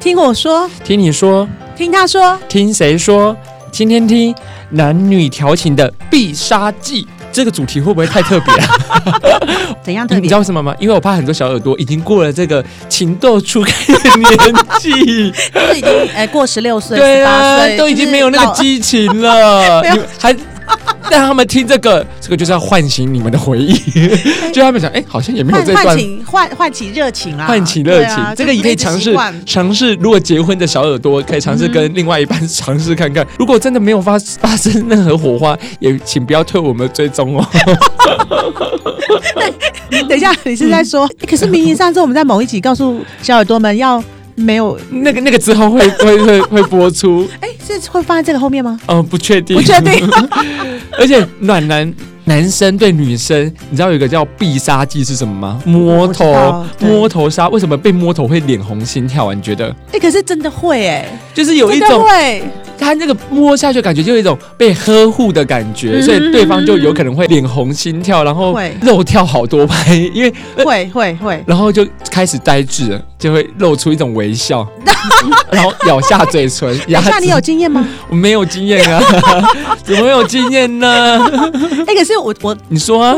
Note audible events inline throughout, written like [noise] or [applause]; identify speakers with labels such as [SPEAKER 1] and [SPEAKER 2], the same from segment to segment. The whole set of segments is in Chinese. [SPEAKER 1] 听我说，
[SPEAKER 2] 听你说，
[SPEAKER 1] 听他说，
[SPEAKER 2] 听谁说？今天听男女调情的必杀技，这个主题会不会太特别
[SPEAKER 1] [laughs]
[SPEAKER 2] 啊？
[SPEAKER 1] 怎样特
[SPEAKER 2] 你
[SPEAKER 1] 别
[SPEAKER 2] 知？道为什么吗？因为我怕很多小耳朵已经过了这个情窦初开的年
[SPEAKER 1] [laughs]
[SPEAKER 2] 纪，
[SPEAKER 1] 就是已经哎、过十六岁、
[SPEAKER 2] [laughs] 对
[SPEAKER 1] 十八
[SPEAKER 2] 啊
[SPEAKER 1] 岁，，
[SPEAKER 2] 都已经没有那个
[SPEAKER 1] 就是
[SPEAKER 2] 激情了，
[SPEAKER 1] [laughs] 不要
[SPEAKER 2] 你还让他们听这个，这个就是要唤醒你们的
[SPEAKER 1] [laughs]
[SPEAKER 2] 回忆，就他们想，哎、好像也没有
[SPEAKER 1] 老
[SPEAKER 2] 这
[SPEAKER 1] 唤唤
[SPEAKER 2] 段。
[SPEAKER 1] 起唤唤起热情啦，
[SPEAKER 2] 唤起热
[SPEAKER 1] 对
[SPEAKER 2] 情
[SPEAKER 1] 啊、，
[SPEAKER 2] 这个也可以尝
[SPEAKER 1] 就
[SPEAKER 2] 试
[SPEAKER 1] 不能一直习惯嗯
[SPEAKER 2] 尝试。如果结婚的小耳朵可以尝试跟另外一半尝试看看。如果真的没有发发生任何火花，也请不要退我们
[SPEAKER 1] [laughs]
[SPEAKER 2] 追踪哦。
[SPEAKER 1] 等一下，
[SPEAKER 2] 嗯
[SPEAKER 1] 你是在说？欸可是明明上次我们在某一集告诉小耳朵们要没有，
[SPEAKER 2] 那个那个之后会会会会播出，
[SPEAKER 1] 哎、是会放在这个后面
[SPEAKER 2] [laughs]
[SPEAKER 1] 吗？
[SPEAKER 2] 嗯，不确定，
[SPEAKER 1] 不确 [laughs] 定。
[SPEAKER 2] [laughs] 而且暖男男生对女生，你知道有一个叫必杀技是什么吗？摸
[SPEAKER 1] 我知道
[SPEAKER 2] 头，
[SPEAKER 1] 对
[SPEAKER 2] 摸头杀。为什么被摸头会脸红心跳啊？你觉得？
[SPEAKER 1] 哎、可是真的会哎、
[SPEAKER 2] 就是有一
[SPEAKER 1] 真的
[SPEAKER 2] 种
[SPEAKER 1] 会，
[SPEAKER 2] [laughs] 他那个摸下去的感觉，就有一种被呵护的感觉，
[SPEAKER 1] 嗯
[SPEAKER 2] 所以对方就有可能会脸红心跳，然后
[SPEAKER 1] 会
[SPEAKER 2] 肉跳好多拍，因为呃
[SPEAKER 1] 会会会，
[SPEAKER 2] 然后就开始呆滞了，就会露出一种
[SPEAKER 1] [laughs]
[SPEAKER 2] 微笑，然后咬下嘴唇，
[SPEAKER 1] 等
[SPEAKER 2] 牙
[SPEAKER 1] 一下，
[SPEAKER 2] 齿
[SPEAKER 1] 你有经
[SPEAKER 2] [laughs]
[SPEAKER 1] 验吗？
[SPEAKER 2] 我没有经验
[SPEAKER 1] [laughs]
[SPEAKER 2] 啊，怎么会有经验呢？
[SPEAKER 1] 哎、可是我我
[SPEAKER 2] 你说啊，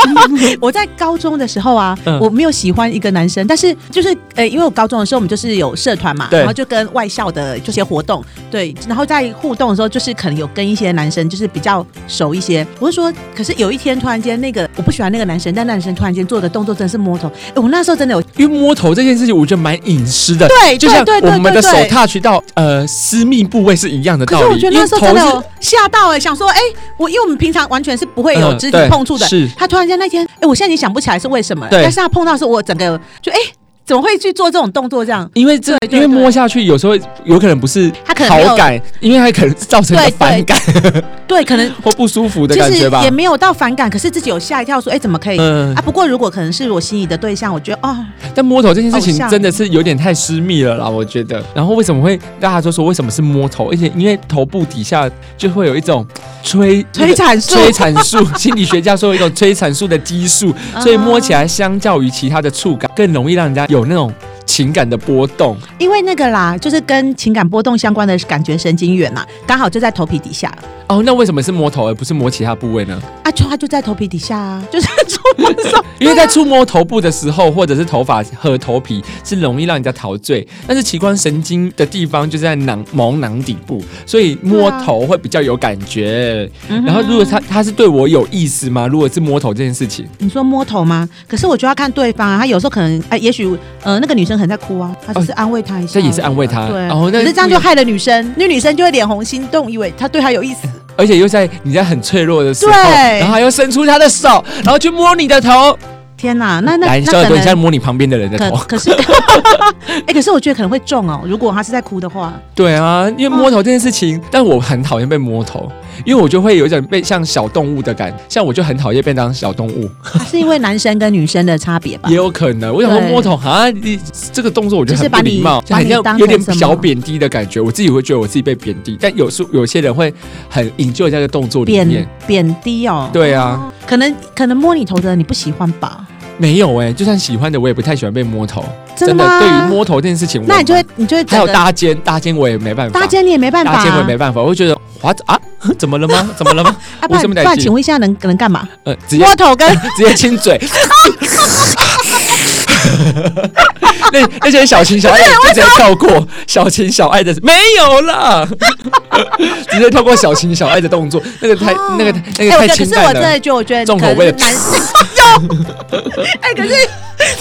[SPEAKER 1] [laughs] 我在高中的时候啊，
[SPEAKER 2] 嗯
[SPEAKER 1] 我没有喜欢一个男生，但是就是呃，因为我高中的时候我们就是有社团嘛，
[SPEAKER 2] 对
[SPEAKER 1] 然后就跟外校的这些活动，对，然后在互动的时候，就是可能有跟一些男生就是比较熟一些。我是说，可是有一天突然间那个我不喜欢那个男生，但那男生突然间做的动作真的是摸头，哎、我那时候真的有
[SPEAKER 2] 因为摸头这件事情，我觉得蛮隐私的。
[SPEAKER 1] 对
[SPEAKER 2] 就像
[SPEAKER 1] 对对
[SPEAKER 2] 我们的手
[SPEAKER 1] 对对对
[SPEAKER 2] touch 到呃私密部位是一样的
[SPEAKER 1] 可
[SPEAKER 2] 道
[SPEAKER 1] 是
[SPEAKER 2] 理。
[SPEAKER 1] 我觉得那时候真的
[SPEAKER 2] 因为
[SPEAKER 1] 有吓到哎、想说哎、我因为我们平常完全是不会有
[SPEAKER 2] 嗯
[SPEAKER 1] 肢体
[SPEAKER 2] 对
[SPEAKER 1] 碰触的，
[SPEAKER 2] 是
[SPEAKER 1] 他突然间那天哎、我现在已经想不起来是为什么了，
[SPEAKER 2] 对
[SPEAKER 1] 但是他碰到的时候，我整个就哎、怎么会去做这种动作这样？
[SPEAKER 2] 因为这
[SPEAKER 1] 对对
[SPEAKER 2] 因为摸下去有时候有可能不是
[SPEAKER 1] 他 [laughs] 可能没有
[SPEAKER 2] 好感，因为它可能造成了
[SPEAKER 1] 对对
[SPEAKER 2] 反感
[SPEAKER 1] 对，可能
[SPEAKER 2] 或不舒服的
[SPEAKER 1] 其
[SPEAKER 2] 感
[SPEAKER 1] 实
[SPEAKER 2] 觉吧
[SPEAKER 1] 也。没有到反感，可是自己有吓一跳，说哎、怎么可以？
[SPEAKER 2] 嗯
[SPEAKER 1] 啊，，不过如果可能是我心仪的对象，我觉得
[SPEAKER 2] [laughs]
[SPEAKER 1] 哦，
[SPEAKER 2] 但摸头这件事
[SPEAKER 1] 偶
[SPEAKER 2] 情
[SPEAKER 1] 像
[SPEAKER 2] 真的是有点太私密了啦，我觉得。然后为什么会大家就说为什么是摸头？而且因为头部底下就会有一种吹
[SPEAKER 1] 催产素
[SPEAKER 2] 催产素，
[SPEAKER 1] [laughs]
[SPEAKER 2] 心理学家说有一种催产素的激素，
[SPEAKER 1] 嗯
[SPEAKER 2] 所以摸起
[SPEAKER 1] 来，
[SPEAKER 2] 来相较于其他的触感，更容易让人家有那种情感的波动。
[SPEAKER 1] 因为那个啦，就是跟情感波动相关的感觉神经元嘛，刚好就在头皮底下
[SPEAKER 2] 哦，那为什么是摸头而不是摸其他部位呢？
[SPEAKER 1] 啊，就它就在头皮底下啊，就是触摸的时候
[SPEAKER 2] 因为在触摸头部的时候，或者是头发和头皮，是容易让人家陶醉。但是器官神经的地方就是在囊毛囊底部，所以摸头会比较有感觉。 [laughs]
[SPEAKER 1] 嗯
[SPEAKER 2] 然后如果他他是对我有意思吗？如果是摸头这件事情，
[SPEAKER 1] 你说摸头吗？可是我就要看对方啊，他有时候可能哎、也许呃那个女生可能在哭啊，他只是安慰她一下，
[SPEAKER 2] 哦这也是安慰他。
[SPEAKER 1] 对，
[SPEAKER 2] 哦，那
[SPEAKER 1] 可是这样就害了女生，那女生就会脸红心动，以为他对她有意思。
[SPEAKER 2] 而且又在你在很脆弱的时候，
[SPEAKER 1] 对
[SPEAKER 2] 然后他又伸出他的手，然后去摸你的头。
[SPEAKER 1] 天哪，那那
[SPEAKER 2] 来，
[SPEAKER 1] 那
[SPEAKER 2] 小耳
[SPEAKER 1] 可
[SPEAKER 2] 朵，你现在
[SPEAKER 1] 能
[SPEAKER 2] 摸你旁边的人的
[SPEAKER 1] 可
[SPEAKER 2] 头。
[SPEAKER 1] 可是，哎、可是我觉得可能会中哦。如果他是在哭的话，
[SPEAKER 2] 对啊，因为摸头这件事情，但我很讨厌被摸头，因为我就会有一种被像小动物的感，像我就很讨厌被当小动物，
[SPEAKER 1] 是因为男生跟女生的差别吧
[SPEAKER 2] 也？有可能。我想说
[SPEAKER 1] 对
[SPEAKER 2] 摸头啊，你这个动作我觉得
[SPEAKER 1] 就是
[SPEAKER 2] 很
[SPEAKER 1] 把
[SPEAKER 2] 不
[SPEAKER 1] 你
[SPEAKER 2] 礼貌，就
[SPEAKER 1] 把
[SPEAKER 2] 很
[SPEAKER 1] 你当
[SPEAKER 2] 像
[SPEAKER 1] 成
[SPEAKER 2] 有点
[SPEAKER 1] 什么
[SPEAKER 2] 小贬低的感觉。我自己会觉得我自己被贬低，但有时候有些人会很 enjoy 在这个动作里面
[SPEAKER 1] 贬。贬低哦。
[SPEAKER 2] 对啊，
[SPEAKER 1] 可能可能摸你头的你不喜欢吧？
[SPEAKER 2] 没有哎、就算喜欢的我也不太喜欢被摸头，
[SPEAKER 1] 真的吗
[SPEAKER 2] 对于摸头这件事情，
[SPEAKER 1] 那
[SPEAKER 2] 我
[SPEAKER 1] 你就会你就会
[SPEAKER 2] 还有
[SPEAKER 1] 整个
[SPEAKER 2] 搭肩，搭肩我也没办法，
[SPEAKER 1] 搭肩你也没办法、啊，
[SPEAKER 2] 搭肩我也没办法，我会觉得滑啊， [laughs] 怎么了吗？怎么了吗？
[SPEAKER 1] [laughs] 啊，不
[SPEAKER 2] 我
[SPEAKER 1] 然
[SPEAKER 2] 什么
[SPEAKER 1] 不
[SPEAKER 2] 代
[SPEAKER 1] 然
[SPEAKER 2] 志
[SPEAKER 1] 请问一下能能干嘛？
[SPEAKER 2] 呃，直接
[SPEAKER 1] 摸头跟
[SPEAKER 2] 直接亲嘴。 [laughs] 那那些小情小爱就直接跳过小情小爱的没有啦， [laughs] 直接跳过小情小爱的动作，那个太、
[SPEAKER 1] 哦
[SPEAKER 2] 那个那
[SPEAKER 1] 哎、
[SPEAKER 2] 个
[SPEAKER 1] 我觉得，
[SPEAKER 2] 太
[SPEAKER 1] 可
[SPEAKER 2] 清
[SPEAKER 1] 是我
[SPEAKER 2] 淡
[SPEAKER 1] 真
[SPEAKER 2] 了。
[SPEAKER 1] 的觉得，我觉得
[SPEAKER 2] 重口
[SPEAKER 1] 可能
[SPEAKER 2] 味
[SPEAKER 1] 是男生
[SPEAKER 2] [laughs]
[SPEAKER 1] 有，哎、可是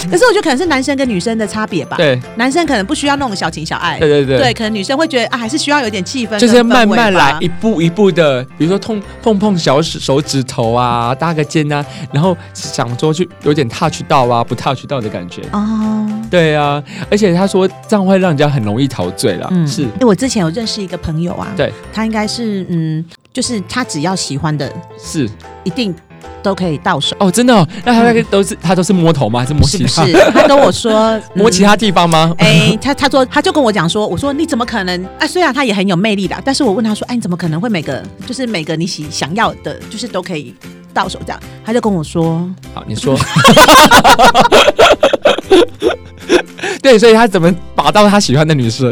[SPEAKER 1] 可是我觉得可能是男生跟女生的差别吧。，
[SPEAKER 2] 对
[SPEAKER 1] 男生可能不需要那种小情小爱，
[SPEAKER 2] 对对对，
[SPEAKER 1] 可能女生会觉得啊，还是需要有点气氛，
[SPEAKER 2] 就是慢慢来，一。步一步的，比如说碰碰碰小手手指头啊，搭个肩啊，然后想说去有点 touch 到啊，不 touch 到的感觉。
[SPEAKER 1] 哦，
[SPEAKER 2] 对啊，而且他说这样会让人家很容易陶醉啦。
[SPEAKER 1] 嗯，
[SPEAKER 2] 是
[SPEAKER 1] 哎、我之前有认识一个朋友啊，
[SPEAKER 2] 对，
[SPEAKER 1] 他应该是嗯，就是他只要喜欢的，
[SPEAKER 2] 是
[SPEAKER 1] 一定都可以到手，
[SPEAKER 2] 哦，真的、哦，那他那个都是、他都是摸头吗？还是摸
[SPEAKER 1] 嗯是
[SPEAKER 2] 其
[SPEAKER 1] 不
[SPEAKER 2] 他？
[SPEAKER 1] 是？他跟我
[SPEAKER 2] [laughs]
[SPEAKER 1] 说，
[SPEAKER 2] 摸其
[SPEAKER 1] 嗯
[SPEAKER 2] 他地方吗？
[SPEAKER 1] 哎、他他说他就跟我讲说，我说你怎么可能？啊，虽然他也很有魅力的，但是我问他说，哎，你怎么可能会每个就是每个你喜想要的，就是都可以到手这样？他就嗯跟我说，
[SPEAKER 2] [laughs] 好，你说。对，对，所以他怎么把到他喜欢的女生？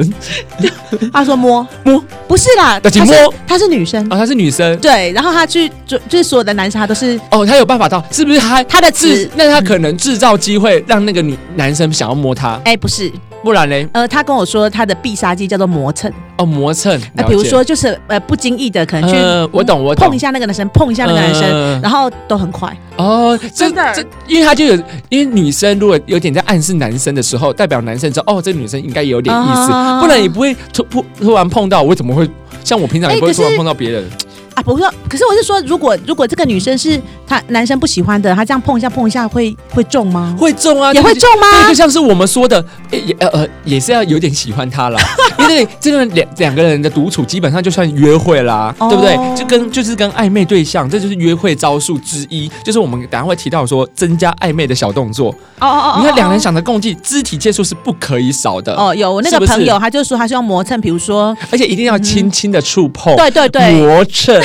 [SPEAKER 1] 他说摸
[SPEAKER 2] 摸，
[SPEAKER 1] 不是啦，
[SPEAKER 2] 那请
[SPEAKER 1] 她是
[SPEAKER 2] 摸，
[SPEAKER 1] 她是女生
[SPEAKER 2] 哦，，她是女生，
[SPEAKER 1] 对，然后她去就就是所有的男生，她都是
[SPEAKER 2] 哦，他有办法到，是不是他？
[SPEAKER 1] 她的
[SPEAKER 2] 制
[SPEAKER 1] 词，
[SPEAKER 2] 那他可能制造机会让那个女男生想要摸她，
[SPEAKER 1] 哎，不是，
[SPEAKER 2] 不然嘞，
[SPEAKER 1] 呃，她跟我说她的必杀技叫做磨蹭，
[SPEAKER 2] 哦，磨蹭。
[SPEAKER 1] 呃，
[SPEAKER 2] 了
[SPEAKER 1] 比如
[SPEAKER 2] 解，
[SPEAKER 1] 说就是呃不经意的可能去
[SPEAKER 2] 呃我懂我懂
[SPEAKER 1] 碰一下那个男生，碰一下那个男生，
[SPEAKER 2] 嗯
[SPEAKER 1] 然后都很快，
[SPEAKER 2] 哦，这
[SPEAKER 1] 真的
[SPEAKER 2] 这，因为他就有，因为女生如果有点在暗示男生的时候，代表男生知道哦，这个女生应该有点意思，
[SPEAKER 1] 啊
[SPEAKER 2] 不然也不会突突突然碰到，我怎么会像我平常也不
[SPEAKER 1] 哎
[SPEAKER 2] 会
[SPEAKER 1] 可是
[SPEAKER 2] 突然碰到别人，
[SPEAKER 1] 啊，不是说，可是我是说，如果如果这个女生是她男生不喜欢的，她这样碰一下碰一下会会中吗？
[SPEAKER 2] 会中啊，
[SPEAKER 1] 也会
[SPEAKER 2] 这个就。
[SPEAKER 1] 中吗？
[SPEAKER 2] 这个就像是我们说的，诶也呃呃，也是要有点喜欢他啦， [laughs] 因为这个两两个人的独处基本上就算约会啦，
[SPEAKER 1] 哦
[SPEAKER 2] 对不对？就跟就是跟暧昧对象，这就是约会招数之一，就是我们等一下会提到说增加暧昧的小动作。
[SPEAKER 1] 哦哦
[SPEAKER 2] 你看两人想的共计，肢体接触是不可以少的，
[SPEAKER 1] 哦，有我那个
[SPEAKER 2] 是不是
[SPEAKER 1] 朋友，他就说他是用磨蹭，比如说，
[SPEAKER 2] 而且一定要轻轻的触碰，
[SPEAKER 1] 嗯对对对，
[SPEAKER 2] 磨蹭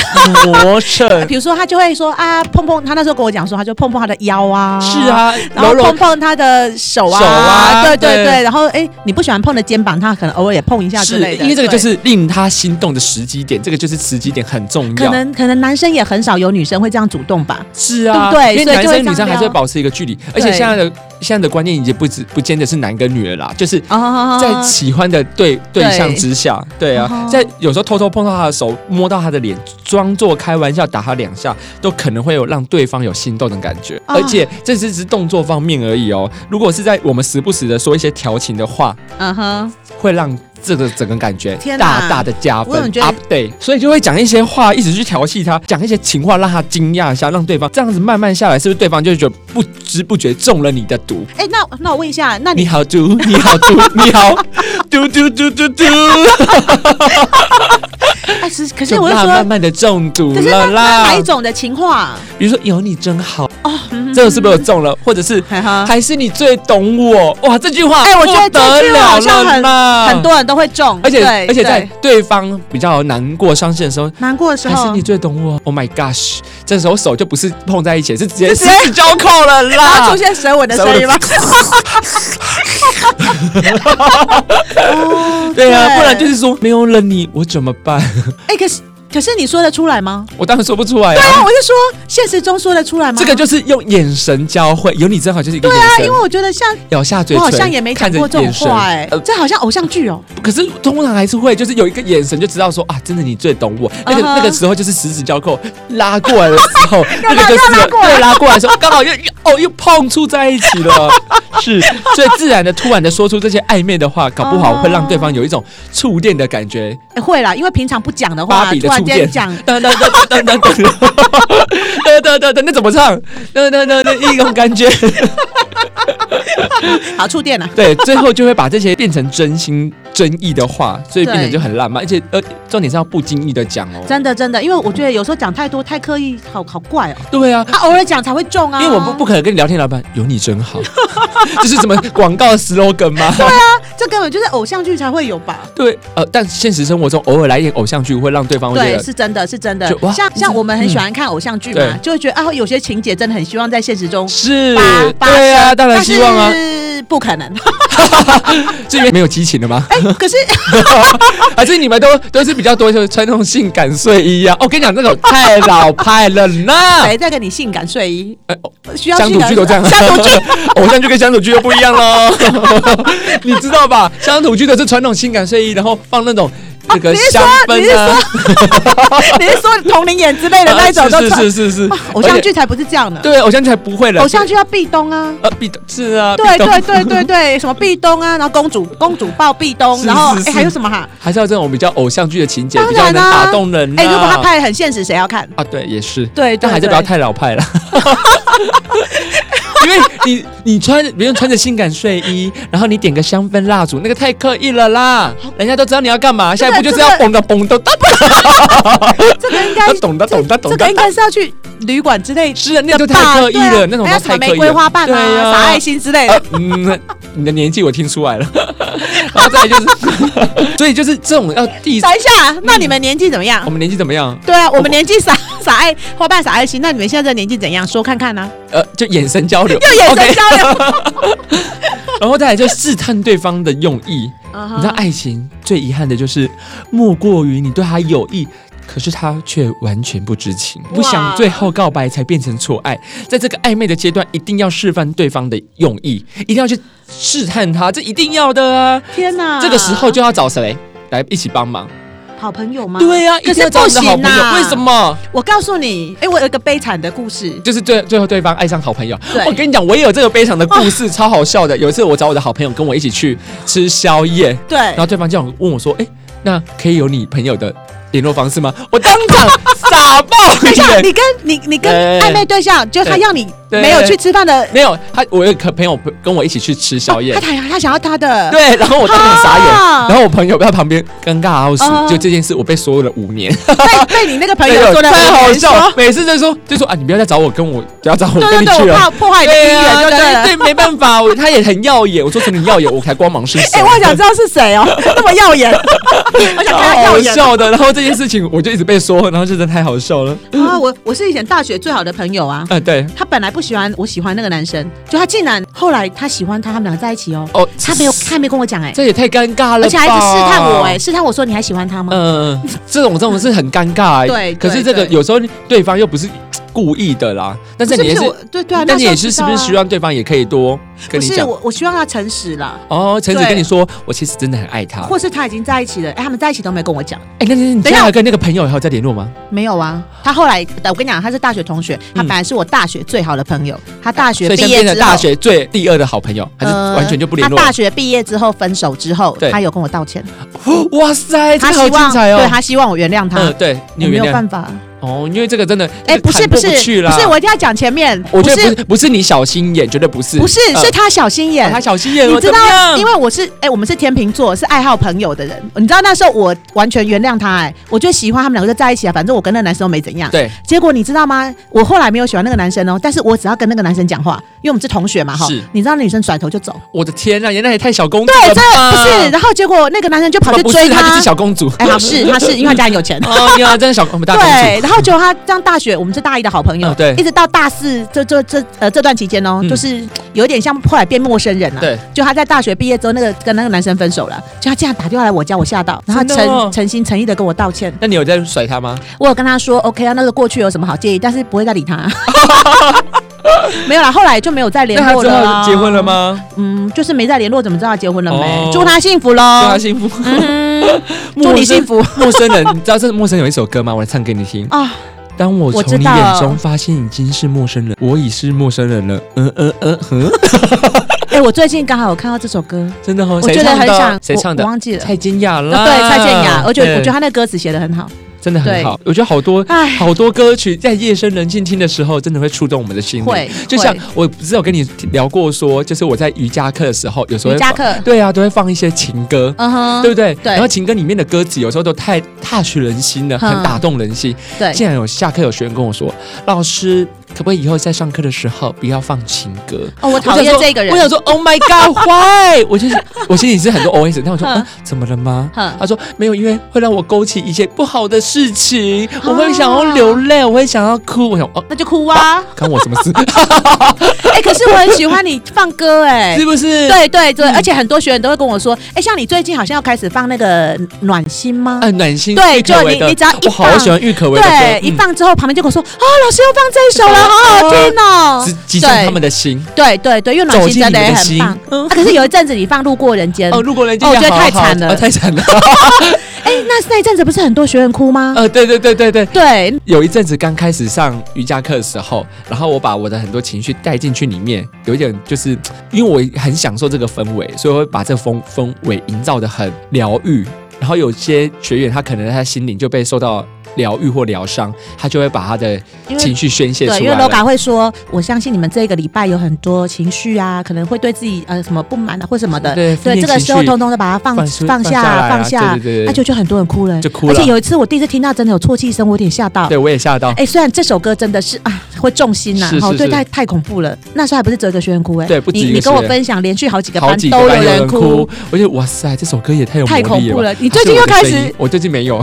[SPEAKER 2] 磨蹭，
[SPEAKER 1] 比如说他就会说啊，碰碰，他那时候跟我讲说，他就碰碰他的腰啊，
[SPEAKER 2] [laughs] 是，啊，
[SPEAKER 1] 然
[SPEAKER 2] 柔
[SPEAKER 1] 后
[SPEAKER 2] 柔
[SPEAKER 1] 碰碰他的手啊，
[SPEAKER 2] 手啊
[SPEAKER 1] 对对
[SPEAKER 2] 对
[SPEAKER 1] 对，然后哎，你不喜欢碰的肩膀，他可能偶尔也碰一下之
[SPEAKER 2] 是
[SPEAKER 1] 类的，
[SPEAKER 2] 因为这个就
[SPEAKER 1] 对。
[SPEAKER 2] 是令他心动的时机点，这个就是时机点很重
[SPEAKER 1] 可
[SPEAKER 2] 要。
[SPEAKER 1] 能可能男生也很少有女生会这样主动吧，
[SPEAKER 2] 是
[SPEAKER 1] 对不
[SPEAKER 2] 啊，
[SPEAKER 1] 对
[SPEAKER 2] 因为男
[SPEAKER 1] 所以就会
[SPEAKER 2] 生女
[SPEAKER 1] 这样
[SPEAKER 2] 生还是
[SPEAKER 1] 聊
[SPEAKER 2] 会保持一个距离，而且现在的现在的观念已经不止不见得是男跟女了啦，就是
[SPEAKER 1] 哦
[SPEAKER 2] 在喜欢的对对象之下，对啊
[SPEAKER 1] 哦，
[SPEAKER 2] 在有时候偷偷碰到他的手，摸到他的脸，装作开玩笑打他两下，都可能会有让对方有心动的感觉。
[SPEAKER 1] 啊
[SPEAKER 2] 而且这只是动作方面而已哦，如果是在我们时不时的说一些调情的话，
[SPEAKER 1] 嗯哼，
[SPEAKER 2] 会让这个整个感觉
[SPEAKER 1] 天哪
[SPEAKER 2] 大大的加
[SPEAKER 1] 我怎
[SPEAKER 2] 分
[SPEAKER 1] 么觉得
[SPEAKER 2] ，update，所以就会讲一些话，一直去调戏他，讲一些情话，让他惊讶一下，让对方这样子慢慢下来，是不是对方就觉得不知不觉中了你的毒？
[SPEAKER 1] 哎，那那我问一下，那你
[SPEAKER 2] 你好毒，你好毒，你好毒毒毒毒毒， [laughs]
[SPEAKER 1] 哎，是可是
[SPEAKER 2] 就
[SPEAKER 1] 我就
[SPEAKER 2] 慢慢
[SPEAKER 1] 说，
[SPEAKER 2] 慢的中毒
[SPEAKER 1] 可是
[SPEAKER 2] 了
[SPEAKER 1] 那那
[SPEAKER 2] 啦
[SPEAKER 1] 哪一。种的情况？
[SPEAKER 2] 比如说有你真好，
[SPEAKER 1] 哦，嗯
[SPEAKER 2] 这个是不是有中了？或者是
[SPEAKER 1] 哈哈
[SPEAKER 2] 还是你最懂我？哇，这句话
[SPEAKER 1] 哎我觉得
[SPEAKER 2] 不得
[SPEAKER 1] 这句话好
[SPEAKER 2] 了
[SPEAKER 1] 像
[SPEAKER 2] 了啦，
[SPEAKER 1] 很多人都会中，
[SPEAKER 2] 而且
[SPEAKER 1] 对
[SPEAKER 2] 而且在
[SPEAKER 1] 对
[SPEAKER 2] 对方比较难过、伤心的时候，
[SPEAKER 1] 难过的时
[SPEAKER 2] 还是
[SPEAKER 1] 候
[SPEAKER 2] 你，最懂我？Oh my gosh！这时候手就不是碰在一起，是直接
[SPEAKER 1] 是直接
[SPEAKER 2] 十指交扣了
[SPEAKER 1] 然后
[SPEAKER 2] 啦
[SPEAKER 1] 出。现舌吻的
[SPEAKER 2] [laughs]
[SPEAKER 1] 声音吗？哦
[SPEAKER 2] 对啊，不然就是说没有了你，我怎么办？
[SPEAKER 1] 哎，可是可是你说得出来吗？
[SPEAKER 2] 我当然说不出来
[SPEAKER 1] 对啊，
[SPEAKER 2] 啊。
[SPEAKER 1] 我就说现实中说得出来吗？
[SPEAKER 2] 这个就是用眼神交汇，有你真好就是一个眼
[SPEAKER 1] 啊，
[SPEAKER 2] 神
[SPEAKER 1] 因为，我觉得像
[SPEAKER 2] 咬下嘴
[SPEAKER 1] 我好
[SPEAKER 2] 唇，
[SPEAKER 1] 像也没讲
[SPEAKER 2] 看着
[SPEAKER 1] 过这种
[SPEAKER 2] 眼神
[SPEAKER 1] 话，哎
[SPEAKER 2] 呃，
[SPEAKER 1] 这好像偶像剧哦。
[SPEAKER 2] 可是通常还是会，就是有一个眼神就知道说啊，真的你最懂我。那个
[SPEAKER 1] 嗯哼
[SPEAKER 2] 那个时候就是十指交扣拉过来的时候，那个就
[SPEAKER 1] 又
[SPEAKER 2] 是
[SPEAKER 1] 拉过来
[SPEAKER 2] 对拉过来的时候，刚好又又哦又碰触在一起了，是，所以自然的突然的说出这些暧昧的话，搞不好
[SPEAKER 1] 哦
[SPEAKER 2] 会让对方有一种触电的感觉，
[SPEAKER 1] 哎会啦，因为平常不讲的
[SPEAKER 2] 芭
[SPEAKER 1] 话，
[SPEAKER 2] 比的
[SPEAKER 1] 突
[SPEAKER 2] 触
[SPEAKER 1] 然
[SPEAKER 2] 电
[SPEAKER 1] 间。讲，
[SPEAKER 2] 噔噔噔噔噔噔噔噔噔噔噔，那怎么唱？噔噔噔噔，一种感觉。
[SPEAKER 1] 好触电了。啊
[SPEAKER 2] 对，最后就会把这些变成真心真意的话，所以变
[SPEAKER 1] 对
[SPEAKER 2] 成就很浪漫，而且呃，重点是要不经意的讲哦。
[SPEAKER 1] 真的真的，因为我觉得有时候讲太多太刻意，好好怪哦。
[SPEAKER 2] [laughs] 对啊，
[SPEAKER 1] 他偶尔讲才会中啊，
[SPEAKER 2] 因为我不不可能跟你聊天，老板有你真好， [laughs] 这是什么广告 slogan 吗？
[SPEAKER 1] 啊这根本就是偶像剧才会有吧？
[SPEAKER 2] 对，呃，但现实生活中偶尔来一点偶像剧，会让对方会觉
[SPEAKER 1] 对，
[SPEAKER 2] 得
[SPEAKER 1] 是真的，是真的
[SPEAKER 2] 就。哇嗯
[SPEAKER 1] 像像我们很喜欢看偶像剧嘛，
[SPEAKER 2] 对
[SPEAKER 1] 就会觉得啊，有些情节真的很希望在现实中
[SPEAKER 2] 是
[SPEAKER 1] 发，发
[SPEAKER 2] 对啊，
[SPEAKER 1] 生
[SPEAKER 2] 当然希望啊，
[SPEAKER 1] 但是不可能。 [laughs]
[SPEAKER 2] 这边没有激情了吗？
[SPEAKER 1] 哎，可是
[SPEAKER 2] 还是你们都都是比较多就是穿那种性感睡衣啊？哦我跟你讲，那种太老派了
[SPEAKER 1] [laughs]
[SPEAKER 2] 啦，
[SPEAKER 1] 谁在跟你性感睡衣？
[SPEAKER 2] 哎哦
[SPEAKER 1] 需要
[SPEAKER 2] 乡
[SPEAKER 1] 性
[SPEAKER 2] 土
[SPEAKER 1] 感
[SPEAKER 2] 剧都这样，
[SPEAKER 1] 乡 [laughs] 土剧
[SPEAKER 2] [laughs] 偶像剧跟乡土剧又不一样喽， [laughs] 你知道吧？乡土剧的是传统性感睡衣，然后放那种那个
[SPEAKER 1] 你是说
[SPEAKER 2] 香氛啊，
[SPEAKER 1] 你是说同龄眼之
[SPEAKER 2] [laughs]
[SPEAKER 1] 类的那一种都
[SPEAKER 2] 是
[SPEAKER 1] 穿？哦
[SPEAKER 2] 是是是是
[SPEAKER 1] 哇，偶像
[SPEAKER 2] 而且
[SPEAKER 1] 剧才不是这样的，
[SPEAKER 2] 对偶像剧还不会了，
[SPEAKER 1] 偶像剧要壁咚啊。
[SPEAKER 2] 呃壁咚是啊，
[SPEAKER 1] 对
[SPEAKER 2] 壁咚
[SPEAKER 1] 对对对对，什么壁咚啊，然后公主公主抱壁咚，
[SPEAKER 2] 是
[SPEAKER 1] 然后
[SPEAKER 2] 是
[SPEAKER 1] 哎
[SPEAKER 2] 是
[SPEAKER 1] 还有什么哈？
[SPEAKER 2] 还是要这种比较偶像剧的情节，
[SPEAKER 1] 当
[SPEAKER 2] 比较
[SPEAKER 1] 然
[SPEAKER 2] 能
[SPEAKER 1] 啊
[SPEAKER 2] 打动人、啊。
[SPEAKER 1] 哎，如果他拍的很现实，谁要看？
[SPEAKER 2] 啊，对，也是，
[SPEAKER 1] 对对
[SPEAKER 2] 但还是不要太老
[SPEAKER 1] [laughs]
[SPEAKER 2] 派了。因为你你穿别人穿着性感睡衣，然后你点个香氛蜡烛，那个太刻意了啦，人家都知道你要干嘛，下
[SPEAKER 1] 真
[SPEAKER 2] 一
[SPEAKER 1] 的
[SPEAKER 2] 步就是要
[SPEAKER 1] 真
[SPEAKER 2] 蹦的蹦的，
[SPEAKER 1] 这个应该
[SPEAKER 2] 懂的懂的懂
[SPEAKER 1] 这个应
[SPEAKER 2] 的。
[SPEAKER 1] 该是要去旅馆之类
[SPEAKER 2] 是啊，那就
[SPEAKER 1] 吧
[SPEAKER 2] 太刻意
[SPEAKER 1] 对
[SPEAKER 2] 了，
[SPEAKER 1] 啊
[SPEAKER 2] 那种
[SPEAKER 1] 还有
[SPEAKER 2] 都
[SPEAKER 1] 什么
[SPEAKER 2] 太
[SPEAKER 1] 玫
[SPEAKER 2] 刻意
[SPEAKER 1] 瑰
[SPEAKER 2] 了。
[SPEAKER 1] 花瓣
[SPEAKER 2] 对
[SPEAKER 1] 啊、
[SPEAKER 2] 啊
[SPEAKER 1] 撒爱心之类的。
[SPEAKER 2] 嗯，你的年纪我听出来
[SPEAKER 1] [laughs]
[SPEAKER 2] 了。然后再来就是， [laughs] 所以就是这种要第一，
[SPEAKER 1] 等一下，那你们年纪怎么
[SPEAKER 2] 嗯 [laughs] 我
[SPEAKER 1] 样？
[SPEAKER 2] 们年纪怎么样？
[SPEAKER 1] 对啊，我们年纪撒撒爱花瓣撒爱心，那啊你们现在这个年纪怎样？说看看呢？
[SPEAKER 2] [laughs] 呃，就眼神交流， [laughs]
[SPEAKER 1] 就眼
[SPEAKER 2] OK
[SPEAKER 1] 神交流，
[SPEAKER 2] 然后再来就试探对方的用意。
[SPEAKER 1] 啊
[SPEAKER 2] 你知道，爱情最遗憾的就是，莫过于你对他有意，可是他却完全不知情，不想最后告白才变成错爱。在这个暧昧的阶段，一定要示范对方的用意，一定要去试探他，这一定要的啊！
[SPEAKER 1] 天哪，
[SPEAKER 2] 这个时候就要找谁来一起帮忙？
[SPEAKER 1] 好朋友吗？
[SPEAKER 2] 对呀、啊，
[SPEAKER 1] 可
[SPEAKER 2] 一定
[SPEAKER 1] 是
[SPEAKER 2] 要找
[SPEAKER 1] 不
[SPEAKER 2] 你的
[SPEAKER 1] 行
[SPEAKER 2] 好朋友。
[SPEAKER 1] 啊！
[SPEAKER 2] 为什？么？
[SPEAKER 1] 我告诉你，哎，我有一个悲惨的故事。
[SPEAKER 2] 就是最最后对方爱上好朋友
[SPEAKER 1] 对。啊
[SPEAKER 2] 我跟你讲，我也有这个悲惨的故事，超好笑的。有一次我找我的好朋友跟我一起去吃宵夜，
[SPEAKER 1] 对
[SPEAKER 2] 然，后对方就问我说：“哎、那可以有你朋友的联络方式吗？”我当场傻爆
[SPEAKER 1] 等一下，
[SPEAKER 2] 眼。
[SPEAKER 1] 你跟你你跟
[SPEAKER 2] 哎
[SPEAKER 1] 暧昧对象，就是他
[SPEAKER 2] 对
[SPEAKER 1] 要你
[SPEAKER 2] 对
[SPEAKER 1] 没有去吃饭的，哦
[SPEAKER 2] 没有他，我有一个朋友跟我一起去吃宵夜
[SPEAKER 1] 他，想他想要他的，
[SPEAKER 2] 对，然后我当场傻眼，
[SPEAKER 1] 啊
[SPEAKER 2] 然后我朋友在旁边尴尬到死
[SPEAKER 1] 哦。
[SPEAKER 2] 就这件事，我被说了五年，
[SPEAKER 1] 被被你那个朋
[SPEAKER 2] [laughs] 对
[SPEAKER 1] 友说的
[SPEAKER 2] 太好笑了
[SPEAKER 1] 说，
[SPEAKER 2] 每次都说就说啊，你不要再找我，跟我不要找我
[SPEAKER 1] 对
[SPEAKER 2] 跟
[SPEAKER 1] 对
[SPEAKER 2] 你
[SPEAKER 1] 对，
[SPEAKER 2] 去
[SPEAKER 1] 我
[SPEAKER 2] 了。
[SPEAKER 1] 怕破坏你的姻
[SPEAKER 2] 对
[SPEAKER 1] 缘就
[SPEAKER 2] 啊，
[SPEAKER 1] 对了。
[SPEAKER 2] 对，没办法，我他也很耀眼。我说成你耀眼，我才光芒四
[SPEAKER 1] [laughs]
[SPEAKER 2] 射。
[SPEAKER 1] 哎、我想知道是谁哦，那么耀
[SPEAKER 2] [laughs]
[SPEAKER 1] 眼，我想看他
[SPEAKER 2] 好
[SPEAKER 1] 耀
[SPEAKER 2] 好
[SPEAKER 1] 眼
[SPEAKER 2] 笑的。然后这件事情我就一直被说，然后真的太好笑了。
[SPEAKER 1] 啊！我我是以前大学最好的朋友啊，
[SPEAKER 2] 啊，对，
[SPEAKER 1] 他本来不喜欢我喜欢那个男生，就他竟然后来他喜欢他，他们两个在一起哦。
[SPEAKER 2] 哦，
[SPEAKER 1] 他没有，他还没跟我讲哎、
[SPEAKER 2] 这也太尴尬了吧，
[SPEAKER 1] 而且还一直试探我哎、试探我说你还喜欢他吗？
[SPEAKER 2] 嗯，这种这种是很尴尬、欸。
[SPEAKER 1] 对
[SPEAKER 2] 可是
[SPEAKER 1] 对
[SPEAKER 2] 这个
[SPEAKER 1] 对
[SPEAKER 2] 有时候对方又不是故意的啦，但是
[SPEAKER 1] 是不
[SPEAKER 2] 你也
[SPEAKER 1] 是
[SPEAKER 2] 是，
[SPEAKER 1] 我？对对啊，
[SPEAKER 2] 但你也
[SPEAKER 1] 那
[SPEAKER 2] 是
[SPEAKER 1] 时
[SPEAKER 2] 是
[SPEAKER 1] 候
[SPEAKER 2] 不
[SPEAKER 1] 知道啊
[SPEAKER 2] 是希望对方也可以多跟
[SPEAKER 1] 不
[SPEAKER 2] 你
[SPEAKER 1] 是
[SPEAKER 2] 讲？
[SPEAKER 1] 我，我希望他诚实了，
[SPEAKER 2] 哦，橙子
[SPEAKER 1] 对
[SPEAKER 2] 跟你说，我其实真的很爱他。
[SPEAKER 1] 或是他已经在一起了，哎、他们在一起都没跟我讲，
[SPEAKER 2] 哎、那你你接
[SPEAKER 1] 等一下
[SPEAKER 2] 下来跟那个朋友还有在联络吗？
[SPEAKER 1] 没有啊。他后来，我跟你讲，他是大学同学，他本来是我大学最好的朋友，他大学
[SPEAKER 2] 所以
[SPEAKER 1] 毕
[SPEAKER 2] 先
[SPEAKER 1] 业
[SPEAKER 2] 变
[SPEAKER 1] 之
[SPEAKER 2] 成
[SPEAKER 1] 后，呃
[SPEAKER 2] 大学最第二的好朋友，还是完全就不联络
[SPEAKER 1] 他？大学毕业之后分手之后，
[SPEAKER 2] 对
[SPEAKER 1] 他有跟我道歉，
[SPEAKER 2] [gasps] 哇塞，这
[SPEAKER 1] 他
[SPEAKER 2] 个好
[SPEAKER 1] 希
[SPEAKER 2] 精
[SPEAKER 1] 望
[SPEAKER 2] 彩哦！
[SPEAKER 1] 对他希望我原谅他。
[SPEAKER 2] 嗯，对，你
[SPEAKER 1] 我
[SPEAKER 2] 有
[SPEAKER 1] 没
[SPEAKER 2] 原
[SPEAKER 1] 呃有
[SPEAKER 2] 谅
[SPEAKER 1] 办法，
[SPEAKER 2] 哦，因为这个真的，
[SPEAKER 1] 哎，不是
[SPEAKER 2] 谈
[SPEAKER 1] 不
[SPEAKER 2] 过
[SPEAKER 1] 是
[SPEAKER 2] 去啦
[SPEAKER 1] 不是，我一定要讲前面，
[SPEAKER 2] 我
[SPEAKER 1] 不
[SPEAKER 2] 觉得不
[SPEAKER 1] 是
[SPEAKER 2] 是不是你小心眼，绝对不是，
[SPEAKER 1] 不是
[SPEAKER 2] 呃
[SPEAKER 1] 是他小心
[SPEAKER 2] 哦
[SPEAKER 1] 眼
[SPEAKER 2] 他，小心眼哦，
[SPEAKER 1] 你知
[SPEAKER 2] 怎么
[SPEAKER 1] 道，
[SPEAKER 2] 样
[SPEAKER 1] 因为我是哎，我们是天秤座，是爱好朋友的人，你知道那时候我完全原谅他，哎，我就喜欢他们两个就在一起啊，反正我跟那个男生都没怎样。
[SPEAKER 2] 对
[SPEAKER 1] 结果你知道吗？我后来没有喜欢那个男生哦，但是我只要跟那个男生讲话，因为我们是同学嘛哈
[SPEAKER 2] 是，
[SPEAKER 1] 你知道那女生甩头就走，
[SPEAKER 2] 我的天啊，原来也太小公主
[SPEAKER 1] 对，
[SPEAKER 2] 了
[SPEAKER 1] 这
[SPEAKER 2] 吧？
[SPEAKER 1] 不是，然后结果那个男生就跑去
[SPEAKER 2] 不
[SPEAKER 1] 追
[SPEAKER 2] 是，她就是小公主。。
[SPEAKER 1] 哎，好是他是因为他家很有钱
[SPEAKER 2] [laughs] 哦，你好，真的小我们大公
[SPEAKER 1] 对，
[SPEAKER 2] 主。
[SPEAKER 1] 然后结果他上大学，我们是大一的好朋友，
[SPEAKER 2] 嗯对
[SPEAKER 1] 一直到大四这这这呃这段期间哦，
[SPEAKER 2] 嗯
[SPEAKER 1] 就是有点像后来变陌生人了、
[SPEAKER 2] 对，
[SPEAKER 1] 就他在大学毕业之后，那个跟那个男生分手了，就他竟然打电话来我家，我吓到，然后
[SPEAKER 2] 真的哦
[SPEAKER 1] 诚诚心诚意的跟我道歉，
[SPEAKER 2] 那你有在甩她吗？
[SPEAKER 1] 我有跟他说 OK 啊，那个过去有什么好介意，但是不会再理
[SPEAKER 2] [laughs]
[SPEAKER 1] 他。没有啦，后来就没有再联
[SPEAKER 2] 那她
[SPEAKER 1] 络
[SPEAKER 2] 之
[SPEAKER 1] 了啊、
[SPEAKER 2] 后结婚了吗？
[SPEAKER 1] 嗯，就是没再联络，怎么知道他结婚了没？
[SPEAKER 2] 哦
[SPEAKER 1] 祝他幸福
[SPEAKER 2] 祝
[SPEAKER 1] 喽
[SPEAKER 2] 她！幸福。 [laughs]
[SPEAKER 1] 嗯，祝你幸福
[SPEAKER 2] 陌生人，你知道这陌生人有一首歌吗？我来唱给你听。
[SPEAKER 1] 啊！
[SPEAKER 2] 当我
[SPEAKER 1] 我知
[SPEAKER 2] 从你
[SPEAKER 1] 道
[SPEAKER 2] 眼中发现已经是陌生人，我已是陌生人了。嗯嗯嗯嗯，
[SPEAKER 1] 哎、我最近刚好有看到这首歌，
[SPEAKER 2] 真的哦，
[SPEAKER 1] 我觉得
[SPEAKER 2] 谁
[SPEAKER 1] 很
[SPEAKER 2] 唱的
[SPEAKER 1] 想，
[SPEAKER 2] 谁唱的
[SPEAKER 1] 我我？忘记了。
[SPEAKER 2] 蔡健雅
[SPEAKER 1] 啊
[SPEAKER 2] 啦，
[SPEAKER 1] 对，蔡健雅，我觉得
[SPEAKER 2] 对
[SPEAKER 1] 我觉得她那歌词写的很好。
[SPEAKER 2] 真的很
[SPEAKER 1] 对
[SPEAKER 2] 好。我觉得好多
[SPEAKER 1] 哎，
[SPEAKER 2] 好多歌曲在夜深人静听的时候，真的会触动我们的心灵。
[SPEAKER 1] 会，
[SPEAKER 2] 就像
[SPEAKER 1] 会
[SPEAKER 2] 我不是有跟你聊过说，就是我在瑜伽课的时候，有时候
[SPEAKER 1] 瑜
[SPEAKER 2] 会
[SPEAKER 1] 伽
[SPEAKER 2] 放
[SPEAKER 1] 课，
[SPEAKER 2] 对啊，都会放一些情歌。
[SPEAKER 1] 嗯哼，
[SPEAKER 2] 对不对？
[SPEAKER 1] 对
[SPEAKER 2] 然后情歌里面的歌词有时候都太踏取人心了，
[SPEAKER 1] 嗯
[SPEAKER 2] 很打动人心。
[SPEAKER 1] 对
[SPEAKER 2] 竟然有下课有学员跟我说：“老师，可不可以以后在上课的时候不要放情歌
[SPEAKER 1] 哦，我？”讨
[SPEAKER 2] 我想
[SPEAKER 1] 厌
[SPEAKER 2] 说
[SPEAKER 1] 这个
[SPEAKER 2] 我
[SPEAKER 1] 人。
[SPEAKER 2] 想说，Oh my God，why？我 [laughs] 就是我心里是很多 OS，但我说、
[SPEAKER 1] 嗯
[SPEAKER 2] 啊怎么了吗？
[SPEAKER 1] 哼，
[SPEAKER 2] 他说没有，因为会让我勾起一些不好的事情，我会
[SPEAKER 1] 啊
[SPEAKER 2] 想要流泪，我会想要哭，我想哦，
[SPEAKER 1] 那就哭啊！
[SPEAKER 2] 关我
[SPEAKER 1] [laughs]
[SPEAKER 2] 什么事？
[SPEAKER 1] 哎，可是我很喜欢你放歌，哎
[SPEAKER 2] 是。不是？嗯
[SPEAKER 1] 对对对，而且很多学员都会跟我说，哎，像你最近好像要开始放那个暖心吗？
[SPEAKER 2] 啊，暖心
[SPEAKER 1] 对
[SPEAKER 2] 郁可
[SPEAKER 1] 就
[SPEAKER 2] 唯
[SPEAKER 1] 你
[SPEAKER 2] 的
[SPEAKER 1] 你只要一
[SPEAKER 2] 我好
[SPEAKER 1] 放
[SPEAKER 2] 喜欢郁可唯的歌，
[SPEAKER 1] 对，一
[SPEAKER 2] 嗯
[SPEAKER 1] 放之后，旁边就跟我说，啊，老师又放这一首
[SPEAKER 2] [laughs]
[SPEAKER 1] 了，好好听哦
[SPEAKER 2] 直。击中
[SPEAKER 1] 对
[SPEAKER 2] 他们的心，
[SPEAKER 1] 对对对，因为暖
[SPEAKER 2] 走
[SPEAKER 1] 心
[SPEAKER 2] 进你
[SPEAKER 1] 真的也
[SPEAKER 2] 们的
[SPEAKER 1] 很
[SPEAKER 2] 心。嗯
[SPEAKER 1] 棒。啊，可是有一阵子你放《路过人间
[SPEAKER 2] 哦，》，如果人家
[SPEAKER 1] 哦我
[SPEAKER 2] 要
[SPEAKER 1] 觉得
[SPEAKER 2] 好
[SPEAKER 1] 太
[SPEAKER 2] 好
[SPEAKER 1] 惨了
[SPEAKER 2] 啊太惨了。 [laughs]
[SPEAKER 1] 哎，那那一阵子不是很多学员哭吗？
[SPEAKER 2] 呃，对对对对对，
[SPEAKER 1] 对，
[SPEAKER 2] 有一阵子刚开始上瑜伽课的时候，然后我把我的很多情绪带进去里面，有一点就是因为我很享受这个氛围，所以我会把这个氛氛围营造的很疗愈。然后有些学员他可能他心灵就被受到疗愈或疗伤，他就会把他的
[SPEAKER 1] 因为
[SPEAKER 2] 情绪宣泄出
[SPEAKER 1] 对，
[SPEAKER 2] 来
[SPEAKER 1] 因为
[SPEAKER 2] 了。
[SPEAKER 1] LOGA 会说，我相信你们这个礼拜有很多情绪啊，可能会对自己呃什么不满啊，或什么的。
[SPEAKER 2] 对负面
[SPEAKER 1] 这个时候
[SPEAKER 2] 情绪
[SPEAKER 1] 通通的把它放
[SPEAKER 2] 放出
[SPEAKER 1] 放
[SPEAKER 2] 放下来
[SPEAKER 1] 下
[SPEAKER 2] 啊
[SPEAKER 1] 放下哎
[SPEAKER 2] 对，对对
[SPEAKER 1] 那就就很多人哭了，
[SPEAKER 2] 就哭
[SPEAKER 1] 而
[SPEAKER 2] 了
[SPEAKER 1] 且有一次我第一次听到真的有啜泣声，我有点吓到。
[SPEAKER 2] 对我也吓到。
[SPEAKER 1] 哎，虽然这首歌真的是啊会重心呐
[SPEAKER 2] 是，是
[SPEAKER 1] 对，
[SPEAKER 2] 是
[SPEAKER 1] 太太恐怖了。那时候还不是只有一个学员哭哎，
[SPEAKER 2] 对不止
[SPEAKER 1] 你
[SPEAKER 2] 一个
[SPEAKER 1] 你跟我
[SPEAKER 2] 学员
[SPEAKER 1] 分享，连续好几个
[SPEAKER 2] 好
[SPEAKER 1] 班
[SPEAKER 2] 几
[SPEAKER 1] 都
[SPEAKER 2] 个
[SPEAKER 1] 有
[SPEAKER 2] 班有人
[SPEAKER 1] 人哭
[SPEAKER 2] 哭，，我觉得哇塞，这首歌也太有
[SPEAKER 1] 太
[SPEAKER 2] 魔
[SPEAKER 1] 恐
[SPEAKER 2] 力
[SPEAKER 1] 怖
[SPEAKER 2] 了吧。
[SPEAKER 1] 了。你最近
[SPEAKER 2] 还
[SPEAKER 1] 又
[SPEAKER 2] 是我
[SPEAKER 1] 开
[SPEAKER 2] 的声音
[SPEAKER 1] 始
[SPEAKER 2] 我最近没有，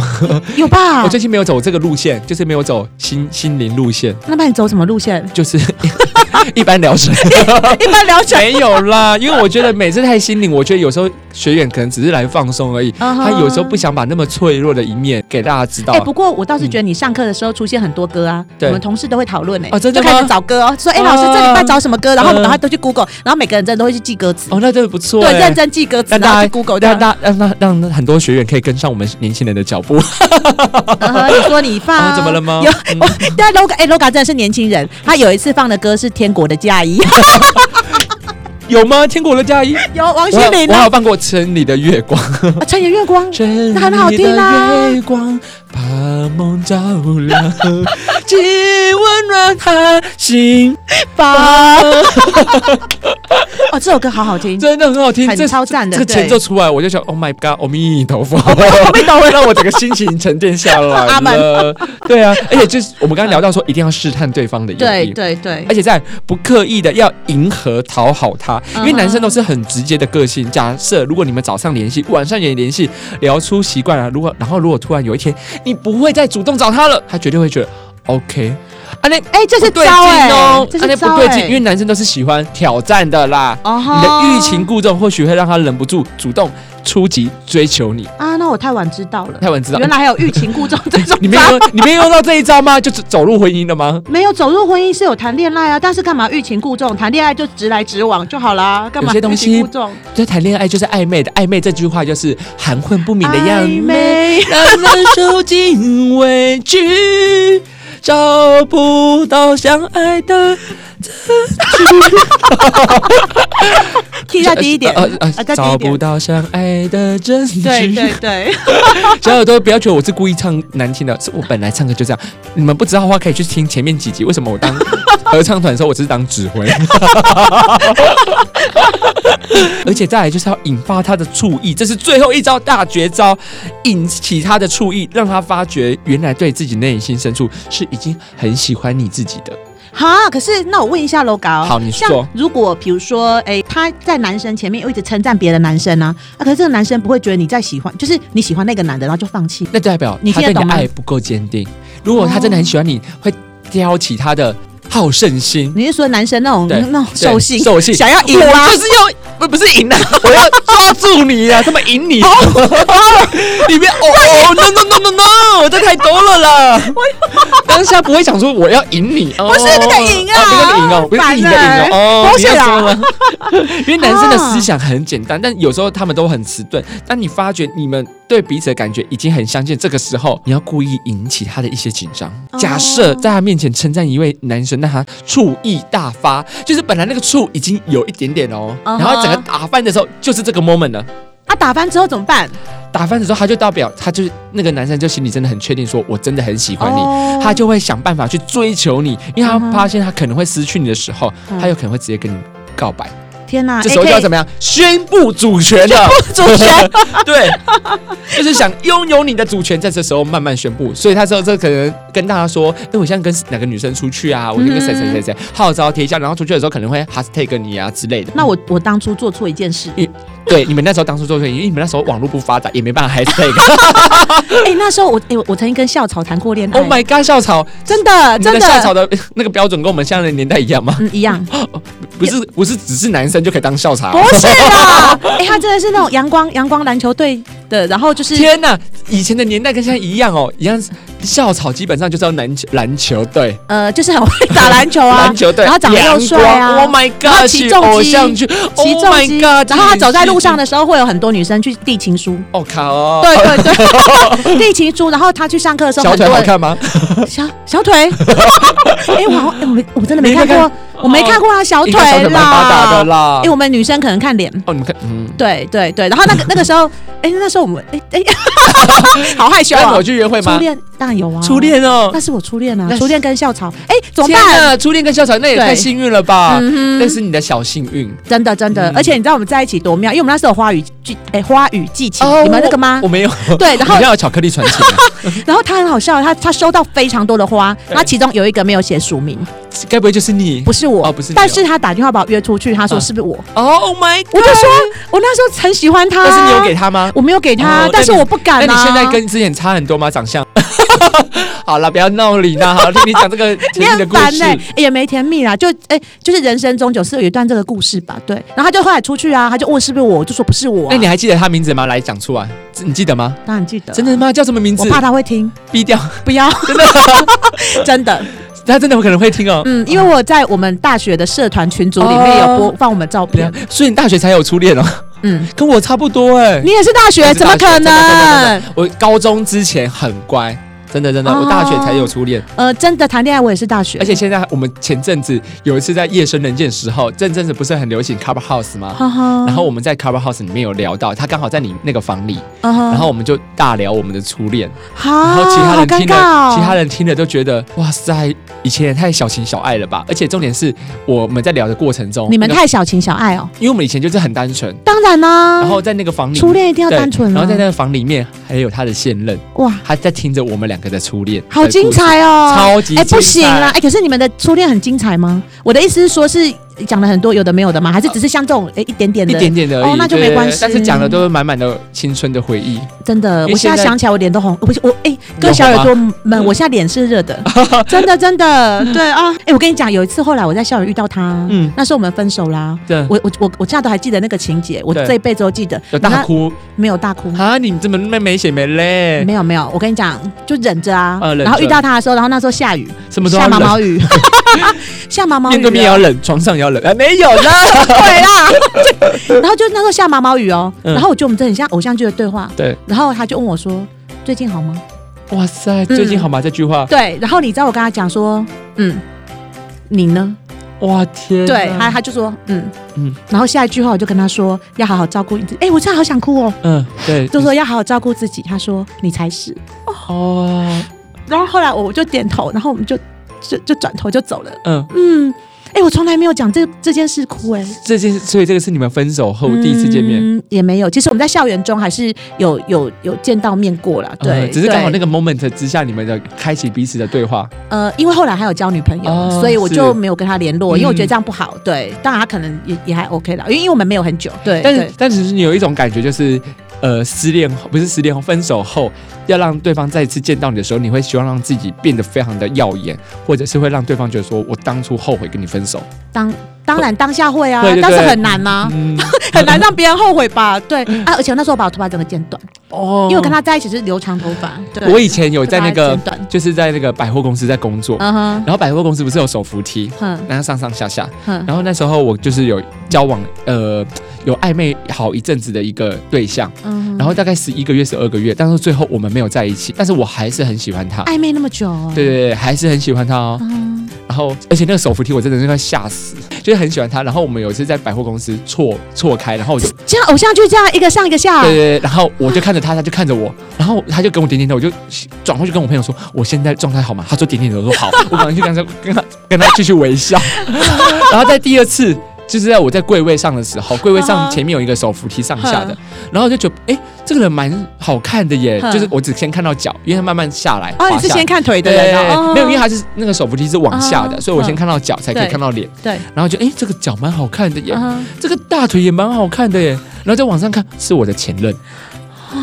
[SPEAKER 1] 有吧
[SPEAKER 2] 我？最近没有走这个路线，就是没有走心心灵路线， [laughs]
[SPEAKER 1] 那那你走什么路线？
[SPEAKER 2] 就是一般
[SPEAKER 1] [laughs]
[SPEAKER 2] 疗程
[SPEAKER 1] 一般聊起来，
[SPEAKER 2] 没有啦，因为我觉得每次太心灵，我觉得有时候学员可能只是来放松而已，
[SPEAKER 1] 嗯哼
[SPEAKER 2] 他有时候不想把那么脆弱的一面给大家知道
[SPEAKER 1] 哎、。不过我倒是觉得你上课的时候出现很多歌啊，
[SPEAKER 2] 嗯对
[SPEAKER 1] 我们同事都会讨论哎，
[SPEAKER 2] 哦真的
[SPEAKER 1] 就开始
[SPEAKER 2] 吗
[SPEAKER 1] 找歌哦，说哎、
[SPEAKER 2] 哦
[SPEAKER 1] 老师这礼拜找什么歌，然后我们
[SPEAKER 2] 嗯
[SPEAKER 1] 赶快都去 Google，然后每个人真的都会去记歌词，
[SPEAKER 2] 哦，那真的不错哦欸，
[SPEAKER 1] 对，认真啊记歌词，
[SPEAKER 2] 让
[SPEAKER 1] 然
[SPEAKER 2] 大
[SPEAKER 1] 后
[SPEAKER 2] 家
[SPEAKER 1] 去 Google 这样。
[SPEAKER 2] 让大让让让很多学员可以跟上我们年轻人的脚步。
[SPEAKER 1] [laughs] 嗯哼你说你放、
[SPEAKER 2] [laughs] 啊怎么了吗
[SPEAKER 1] 有
[SPEAKER 2] 嗯
[SPEAKER 1] 我，但 LOGA 哎 LOGA 真的是年轻人，他有一次放的歌是《天国的嫁衣》，
[SPEAKER 2] 有吗？天国的嫁衣，
[SPEAKER 1] [laughs] 有王
[SPEAKER 2] 我
[SPEAKER 1] 心
[SPEAKER 2] 有
[SPEAKER 1] 凌
[SPEAKER 2] 我
[SPEAKER 1] 啊
[SPEAKER 2] 有，放过《城里的月光》，
[SPEAKER 1] 啊穿越月光，
[SPEAKER 2] 城
[SPEAKER 1] 那很好
[SPEAKER 2] 里
[SPEAKER 1] 听啊
[SPEAKER 2] 的月光把梦照亮，既温暖他心
[SPEAKER 1] 吧。 [laughs] 哦，这首歌好好听，
[SPEAKER 2] 真的很好听，
[SPEAKER 1] 很
[SPEAKER 2] 这
[SPEAKER 1] 超赞的
[SPEAKER 2] 这个
[SPEAKER 1] 对哦
[SPEAKER 2] 前奏出来，我就想，Oh my God，阿弥陀佛，
[SPEAKER 1] 我没懂了。
[SPEAKER 2] [laughs] 让我整个心情沉淀下来
[SPEAKER 1] 阿
[SPEAKER 2] 了。对啊，而且就是我们刚刚聊到说，一定要试探对方的
[SPEAKER 1] 对
[SPEAKER 2] 用意。
[SPEAKER 1] 对对
[SPEAKER 2] 而，且在不刻意的要迎合讨好他，因为
[SPEAKER 1] 嗯哼
[SPEAKER 2] 男生都是很直接的个性。假设如果你们早上联系，晚上也联系，聊出习惯啊了，如果然后如果突然有一天你不会再主动找他了，他绝对会觉得 OK，啊那
[SPEAKER 1] 哎，这是
[SPEAKER 2] 不对劲
[SPEAKER 1] 招哎、
[SPEAKER 2] 哦，
[SPEAKER 1] 这
[SPEAKER 2] 啊那
[SPEAKER 1] 是
[SPEAKER 2] 不
[SPEAKER 1] 招
[SPEAKER 2] 对
[SPEAKER 1] 哎、
[SPEAKER 2] 劲，因为男生都是喜欢挑战的啦。
[SPEAKER 1] 哦吼
[SPEAKER 2] 你的欲擒故纵或许会让他忍不住主动出击追求你。
[SPEAKER 1] 啊，那我太晚知道了。
[SPEAKER 2] 泰文知道
[SPEAKER 1] 原，来还有欲擒故纵这种
[SPEAKER 2] [laughs] 你没
[SPEAKER 1] 招
[SPEAKER 2] 有你没有用到这一招吗？就是走入婚姻了吗？
[SPEAKER 1] 没有走入婚姻是有谈恋爱啊，但是干嘛欲擒故纵？谈恋爱就直来直往就好啦，干嘛
[SPEAKER 2] 有些东西
[SPEAKER 1] 欲擒故纵？
[SPEAKER 2] 就谈恋爱就是暧昧的，暧昧这句话就是含混不明的
[SPEAKER 1] 暧
[SPEAKER 2] 样子，
[SPEAKER 1] 昧，
[SPEAKER 2] 让人受尽委屈，找不到相爱的。
[SPEAKER 1] 踢在低一点，
[SPEAKER 2] [laughs] 呃呃
[SPEAKER 1] 啊再低
[SPEAKER 2] 找
[SPEAKER 1] 一
[SPEAKER 2] 不
[SPEAKER 1] 点。
[SPEAKER 2] 到相爱的证据。
[SPEAKER 1] 对对对， [laughs]
[SPEAKER 2] 小耳朵不要觉得我是故意唱难听的，是我本来唱歌就这样。你们不知道的话，可以去听前面几集。为什么我当合唱团的时候，我只是当指挥？ [laughs] 而且再来就是要引发他的注意，这是最后一招大绝招，引起他的注意，让他发觉原来对自己内心深处是已经很喜欢你自己的。
[SPEAKER 1] 哈，可是那我问一下 LOGA 哦，
[SPEAKER 2] 好你
[SPEAKER 1] 像
[SPEAKER 2] 说
[SPEAKER 1] 如果比如说，哎，他在男生前面又一直称赞别的男生呢、啊，可是这个男生不会觉得你在喜欢，就是你喜欢那个男的，然后就放弃。
[SPEAKER 2] 那代表
[SPEAKER 1] 你
[SPEAKER 2] 他
[SPEAKER 1] 听
[SPEAKER 2] 对
[SPEAKER 1] 得
[SPEAKER 2] 你
[SPEAKER 1] 懂
[SPEAKER 2] 的
[SPEAKER 1] 吗
[SPEAKER 2] 爱不够坚定。如果他真的很喜欢你，会挑起他的好胜心。
[SPEAKER 1] 你是说男生那种
[SPEAKER 2] 对
[SPEAKER 1] 那种
[SPEAKER 2] 对
[SPEAKER 1] 兽性，
[SPEAKER 2] 兽性
[SPEAKER 1] 想要赢
[SPEAKER 2] 我
[SPEAKER 1] 吗？
[SPEAKER 2] 就是要不不是赢啊， [laughs] 我要抓住你啊，他们赢你， [laughs] 里面哦哦 no no no no no，这太多了啦。当下不会想说我要赢你，哦
[SPEAKER 1] 不是那个赢啊
[SPEAKER 2] 哦那个赢哦，不是
[SPEAKER 1] 烦
[SPEAKER 2] 赢的赢
[SPEAKER 1] 欸
[SPEAKER 2] 哦，哦，
[SPEAKER 1] 多
[SPEAKER 2] 不要
[SPEAKER 1] 谢啦
[SPEAKER 2] 说了。因为男生的思想很简单，但有时候他们都很迟钝。当你发觉你们对彼此的感觉已经很相近，这个时候你要故意引起他的一些紧张。
[SPEAKER 1] 哦
[SPEAKER 2] 假设在他面前称赞一位男生，让他醋意大发，就是本来那个醋已经有一点点哦，
[SPEAKER 1] 嗯
[SPEAKER 2] 然
[SPEAKER 1] 哼
[SPEAKER 2] 后整个打翻的时候就是这个 moment 了。
[SPEAKER 1] 啊，打翻之后怎么办？
[SPEAKER 2] 打翻的时候，他就代表他就是那个男生，就心里真的很确定，说我真的很喜欢你，
[SPEAKER 1] 哦
[SPEAKER 2] 他就会想办法去追求你，因为他
[SPEAKER 1] 嗯哼
[SPEAKER 2] 发现他可能会失去你的时候，
[SPEAKER 1] 嗯啊
[SPEAKER 2] 他有可能会直接跟你告白。
[SPEAKER 1] 天哪、
[SPEAKER 2] 这时候
[SPEAKER 1] AK
[SPEAKER 2] 就要怎么样？宣布主权了，
[SPEAKER 1] 主权
[SPEAKER 2] [laughs] 对，就是想拥有你的主权，在这时候慢慢宣布。所以他说这可能跟大家说，哎，我现在跟哪个女生出去啊？我就跟谁谁谁谁号召天下，然后出去的时候可能会 hashtag 你啊之类的。
[SPEAKER 1] 那我我当初做错一件事，
[SPEAKER 2] 对你们那时候当初做对，因为你们那时候网络不发达，也没办法 hashtag。
[SPEAKER 1] [laughs] 哎、那时候我哎、我我曾经跟校草谈过恋爱
[SPEAKER 2] [laughs] Oh my god，校草，
[SPEAKER 1] 真的
[SPEAKER 2] [laughs] 你们
[SPEAKER 1] 真
[SPEAKER 2] 的校草
[SPEAKER 1] 的，
[SPEAKER 2] 的 [laughs] 那个标准跟我们现在的年代一样 [laughs] 吗？
[SPEAKER 1] 嗯，一样，
[SPEAKER 2] 不是，不是，只是男生就可以当校草啊
[SPEAKER 1] 不。是啦， [laughs] 哎、他真的是那种阳光阳光篮球队的，然后就是
[SPEAKER 2] 天呐，以前的年代跟现在一样哦，一样校草基本上就是要篮球篮球队，
[SPEAKER 1] 呃，就是很会打篮球啊
[SPEAKER 2] [laughs] 篮，球队，
[SPEAKER 1] 然后长得又帅啊
[SPEAKER 2] 阳光，Oh my
[SPEAKER 1] 然
[SPEAKER 2] God，
[SPEAKER 1] 后起
[SPEAKER 2] 是
[SPEAKER 1] 重机
[SPEAKER 2] 偶像剧
[SPEAKER 1] 骑
[SPEAKER 2] ，Oh
[SPEAKER 1] 重
[SPEAKER 2] my
[SPEAKER 1] 机，
[SPEAKER 2] God，
[SPEAKER 1] 然后他走在路上
[SPEAKER 2] 的，
[SPEAKER 1] 的时候会有很多女生去递情
[SPEAKER 2] [laughs]
[SPEAKER 1] 书。
[SPEAKER 2] 哦靠哦，
[SPEAKER 1] 对对对， [laughs] 递情书，然后他去上课的时候，
[SPEAKER 2] 小
[SPEAKER 1] 很
[SPEAKER 2] 腿
[SPEAKER 1] 多
[SPEAKER 2] 好
[SPEAKER 1] 人
[SPEAKER 2] 看吗？
[SPEAKER 1] 小小腿，
[SPEAKER 2] [laughs]
[SPEAKER 1] 哎、我好，哎、我没，我真的没
[SPEAKER 2] 你没
[SPEAKER 1] 看
[SPEAKER 2] 看
[SPEAKER 1] 过，我没看过啊，小
[SPEAKER 2] 应
[SPEAKER 1] 腿
[SPEAKER 2] 该小腿蛮发达的
[SPEAKER 1] 啦，
[SPEAKER 2] 啦
[SPEAKER 1] 哎、。我们女生可能看脸，
[SPEAKER 2] 哦，你们看，嗯。
[SPEAKER 1] 对对对，然后那个那个时候，哎、那时候我们，哎、
[SPEAKER 2] [laughs]
[SPEAKER 1] [laughs] 哎、好害羞
[SPEAKER 2] 跟
[SPEAKER 1] 啊
[SPEAKER 2] 我，去约会
[SPEAKER 1] 初
[SPEAKER 2] 吗？
[SPEAKER 1] 恋当然有啊，
[SPEAKER 2] 初，恋哦，
[SPEAKER 1] 那是我初恋啊
[SPEAKER 2] 那，是
[SPEAKER 1] 初恋跟校草，哎、怎么
[SPEAKER 2] 天
[SPEAKER 1] 办？
[SPEAKER 2] 呐，初恋跟校草那也
[SPEAKER 1] 对
[SPEAKER 2] 太幸运了吧！
[SPEAKER 1] 嗯
[SPEAKER 2] 那
[SPEAKER 1] 哼
[SPEAKER 2] 是你的小幸运。
[SPEAKER 1] 真的真的，
[SPEAKER 2] 嗯
[SPEAKER 1] 而且你知道我们在一起多妙，因为我们那时候有花语剧，哎、花语季情，
[SPEAKER 2] 哦
[SPEAKER 1] 你们那个吗
[SPEAKER 2] 我？没有。
[SPEAKER 1] 对，然
[SPEAKER 2] 你
[SPEAKER 1] 后
[SPEAKER 2] 要有巧克力传
[SPEAKER 1] [laughs]
[SPEAKER 2] 奇，
[SPEAKER 1] 然后他很好笑，他他收到非常多的花，
[SPEAKER 2] 对
[SPEAKER 1] 他其中有一个没有写署名，
[SPEAKER 2] 该不会就是你？
[SPEAKER 1] 不是我，
[SPEAKER 2] 哦不是你哦
[SPEAKER 1] 但是他打电话把我约出去，他说
[SPEAKER 2] 嗯
[SPEAKER 1] 是不是我？
[SPEAKER 2] 哦，Oh my！
[SPEAKER 1] 我就说，我那时候很喜欢他，啊
[SPEAKER 2] 但是你有给他吗？
[SPEAKER 1] 我没有给他，
[SPEAKER 2] 哦
[SPEAKER 1] 但是
[SPEAKER 2] 那你
[SPEAKER 1] 我不敢、啊。
[SPEAKER 2] 那你现在跟之前差很多吗？长相？ [laughs] 好了，不要闹你啦，好，听你讲这
[SPEAKER 1] [laughs]
[SPEAKER 2] 个
[SPEAKER 1] 你
[SPEAKER 2] 甜蜜的
[SPEAKER 1] 很
[SPEAKER 2] 故
[SPEAKER 1] 烦
[SPEAKER 2] 事
[SPEAKER 1] 呢、。哎也没甜蜜啦，就哎、就是人生中有是有一段这个故事吧，对。然后他就后来出去啊，他就问是不是我，我就说不是我、啊。
[SPEAKER 2] 哎那你还记得他名字吗？来讲出来，这你记得吗？
[SPEAKER 1] 当然记得，
[SPEAKER 2] 真的吗？叫什么名字
[SPEAKER 1] 我？怕他会听，
[SPEAKER 2] 逼掉， [laughs]
[SPEAKER 1] 不要，真的， [laughs] 真的，
[SPEAKER 2] 他真的可能会听 [laughs] 哦。
[SPEAKER 1] 嗯，因为我在我们大学的社团群组里面有播放我们照
[SPEAKER 2] 对啊
[SPEAKER 1] 片，
[SPEAKER 2] 所以你大学才有初恋哦，
[SPEAKER 1] 嗯，
[SPEAKER 2] [laughs] 跟我差不多哎。
[SPEAKER 1] 你也是大学，
[SPEAKER 2] 我是
[SPEAKER 1] 怎么
[SPEAKER 2] 大学
[SPEAKER 1] 可
[SPEAKER 2] 真的真的真
[SPEAKER 1] 能
[SPEAKER 2] 的？我高中之前很乖，真的真的，
[SPEAKER 1] 哦
[SPEAKER 2] 我大学才有初恋。
[SPEAKER 1] 呃，真的谈恋爱我也是大学，
[SPEAKER 2] 而且现在我们前阵子有一次在夜深人静的时候，这阵子不是很流行 Cover House 吗？
[SPEAKER 1] 哈哈，
[SPEAKER 2] 然后我们在 Cover House 里面有聊到，他刚好在你那个房里，
[SPEAKER 1] 嗯哼，
[SPEAKER 2] 然后我们就大聊我们的初恋，
[SPEAKER 1] 好，
[SPEAKER 2] 然后其他人
[SPEAKER 1] 好
[SPEAKER 2] 听
[SPEAKER 1] 尴
[SPEAKER 2] 了，
[SPEAKER 1] 尬哦
[SPEAKER 2] 其他人听了都觉得哇塞，以前也太小情小爱了吧！而且重点是我们在聊的过程中，
[SPEAKER 1] 你们
[SPEAKER 2] 那个
[SPEAKER 1] 太小情小爱哦，
[SPEAKER 2] 因为我们以前就是很单纯，
[SPEAKER 1] 当然啦、
[SPEAKER 2] 然后在那个房里
[SPEAKER 1] 啊初恋一定要
[SPEAKER 2] 对
[SPEAKER 1] 单纯、啊，
[SPEAKER 2] 然后在那个房里面还有他的现任，
[SPEAKER 1] 哇，
[SPEAKER 2] 他在听着我们两个的初恋，
[SPEAKER 1] 好精彩
[SPEAKER 2] 的
[SPEAKER 1] 哦，
[SPEAKER 2] 故事，超级
[SPEAKER 1] 哎、不
[SPEAKER 2] 精
[SPEAKER 1] 行
[SPEAKER 2] 彩
[SPEAKER 1] 啦！哎、可是你们的初恋很精彩吗？我的意思是说，是讲了很多有的没有的吗？还是只是像这种哎、一点点
[SPEAKER 2] 一
[SPEAKER 1] 的？
[SPEAKER 2] 点点的而已，
[SPEAKER 1] 哦那就
[SPEAKER 2] 对
[SPEAKER 1] 没关系
[SPEAKER 2] 但是讲的都是满满的青春的回忆，
[SPEAKER 1] 真的，
[SPEAKER 2] 因为
[SPEAKER 1] 我现在
[SPEAKER 2] 现在
[SPEAKER 1] 想起来我脸都红，我不是我哎、各位
[SPEAKER 2] 有嗯
[SPEAKER 1] 小
[SPEAKER 2] 红
[SPEAKER 1] 耳朵们，我现在脸是热
[SPEAKER 2] [laughs]
[SPEAKER 1] 的，真的真的，对啊！哎、我跟你讲，有一次后来我在校园遇到他，
[SPEAKER 2] 嗯
[SPEAKER 1] 嗯，那时候我们分手啦。
[SPEAKER 2] 对，
[SPEAKER 1] 我我我我现在都还记得那个情节，我
[SPEAKER 2] 对
[SPEAKER 1] 这一辈子都记得。
[SPEAKER 2] 有大哭
[SPEAKER 1] 那没有大哭？
[SPEAKER 2] 啊！你怎么那么没血没泪？
[SPEAKER 1] 没有没有，我跟你讲，就忍着啊。
[SPEAKER 2] 哎呃忍着
[SPEAKER 1] 然后遇到他的时候，然后那时候下雨，
[SPEAKER 2] 什么都
[SPEAKER 1] 下
[SPEAKER 2] 要
[SPEAKER 1] 毛毛
[SPEAKER 2] 冷，
[SPEAKER 1] 雨， [laughs] 下毛毛雨啊，
[SPEAKER 2] 面对面也要冷，床上也要冷，啊，没有 [laughs] 啦。
[SPEAKER 1] 对啦，对然后就那时候下毛毛雨哦，
[SPEAKER 2] 嗯
[SPEAKER 1] 然后我觉得我们这很像偶像剧的 [laughs] 对话，
[SPEAKER 2] 对，
[SPEAKER 1] 然后他就问我说最近好吗？
[SPEAKER 2] 哇塞，最
[SPEAKER 1] 嗯
[SPEAKER 2] 近好吗？这句话，
[SPEAKER 1] 对，然后你知道我跟他讲说，嗯，你呢？
[SPEAKER 2] 哇天，
[SPEAKER 1] 对，他，他就说嗯
[SPEAKER 2] 嗯
[SPEAKER 1] 嗯，然后下一句话我就跟他说要好好照顾你自己，哎，我真的好想哭哦，
[SPEAKER 2] 嗯，对，
[SPEAKER 1] 就说要好好照顾自己，他说你才是，
[SPEAKER 2] 哦，
[SPEAKER 1] 然后后来我就点头，然后我们就就就转头就走了，
[SPEAKER 2] 嗯，
[SPEAKER 1] 嗯。哎、我从来没有讲这这件事哭哎、
[SPEAKER 2] 这件，所以这个是你们分手后第一次见面。
[SPEAKER 1] 嗯，也没有。其实我们在校园中还是有有有见到面过啦，对，
[SPEAKER 2] 嗯只是刚好
[SPEAKER 1] 对
[SPEAKER 2] 那个 moment 之下，你们的开启彼此的对话，
[SPEAKER 1] 呃，因为后来还有交女朋友，
[SPEAKER 2] 哦
[SPEAKER 1] 所以我
[SPEAKER 2] 是
[SPEAKER 1] 就没有跟他联络，
[SPEAKER 2] 嗯
[SPEAKER 1] 因为我觉得这样不好。对，当然他可能也也还 OK 啦，因为因为我们没有很久，对，
[SPEAKER 2] 但
[SPEAKER 1] 对
[SPEAKER 2] 是但只是你有一种感觉，就是呃，失恋后不是失恋后，分手后要让对方再一次见到你的时候，你会希望让自己变得非常的耀眼，或者是会让对方觉得说我当初后悔跟你分手。
[SPEAKER 1] 当当然当下会啊
[SPEAKER 2] 会对，
[SPEAKER 1] 但是
[SPEAKER 2] 对
[SPEAKER 1] 很难呐、 [laughs]
[SPEAKER 2] 嗯，
[SPEAKER 1] 很难让别人后悔吧？
[SPEAKER 2] [laughs]
[SPEAKER 1] 对啊，而且我那时候把我头发整个剪短，
[SPEAKER 2] 哦
[SPEAKER 1] 因为我跟他在一起是留长头发，对，
[SPEAKER 2] 我以前有
[SPEAKER 1] 就
[SPEAKER 2] 在
[SPEAKER 1] 把
[SPEAKER 2] 那
[SPEAKER 1] 它
[SPEAKER 2] 个
[SPEAKER 1] 剪短，
[SPEAKER 2] 就是在那个百货公司在工作，
[SPEAKER 1] 嗯哼，
[SPEAKER 2] 然后百货公司不是有手扶梯，
[SPEAKER 1] 哼
[SPEAKER 2] 然后上上下下，
[SPEAKER 1] 哼，
[SPEAKER 2] 然后那时候我就是有交往呃有暧昧好一阵子的一个对象。
[SPEAKER 1] 嗯
[SPEAKER 2] 然后大概十一个月、十二个月，但是最后我们没有在一起，但是我还是很喜欢他。
[SPEAKER 1] 暧昧那么久、哦，
[SPEAKER 2] 对对对，还是很喜欢他哦。
[SPEAKER 1] 嗯，
[SPEAKER 2] 然后，而且那个手扶梯我真的是快吓死，就是很喜欢他。然后我们有一次在百货公司错错开，然后我就
[SPEAKER 1] 这样偶像剧这样一个上一个下，
[SPEAKER 2] 对对对，然后我就看着他，他就看着我，然后他就跟我点点头，我就转过去跟我朋友说：“我现在状态好吗？”他说：“点点头。”我说：“好。”我赶快去跟他跟他跟他继续微
[SPEAKER 1] [laughs]
[SPEAKER 2] 笑。然后在第二次，就是在我在柜位上的时候，柜位上
[SPEAKER 1] 嗯
[SPEAKER 2] 前面有一个手扶梯上下的
[SPEAKER 1] 嗯，
[SPEAKER 2] 然后我就觉得哎、诶这个人蛮好看的耶，
[SPEAKER 1] 嗯
[SPEAKER 2] 就是我只先看到脚，因为他慢慢下来。
[SPEAKER 1] 哦，
[SPEAKER 2] 滑
[SPEAKER 1] 你是
[SPEAKER 2] 下来
[SPEAKER 1] 先看腿的
[SPEAKER 2] 对
[SPEAKER 1] 人哦，哦
[SPEAKER 2] 没有，因为他是那个手扶梯是往下的，
[SPEAKER 1] 嗯
[SPEAKER 2] 所以我先看到脚，才可以
[SPEAKER 1] 对
[SPEAKER 2] 看到脸。
[SPEAKER 1] 对，
[SPEAKER 2] 然后就哎、诶这个脚蛮好看的耶，
[SPEAKER 1] 嗯
[SPEAKER 2] 这个大腿也蛮好看的耶。然后再往上看，是我的前任。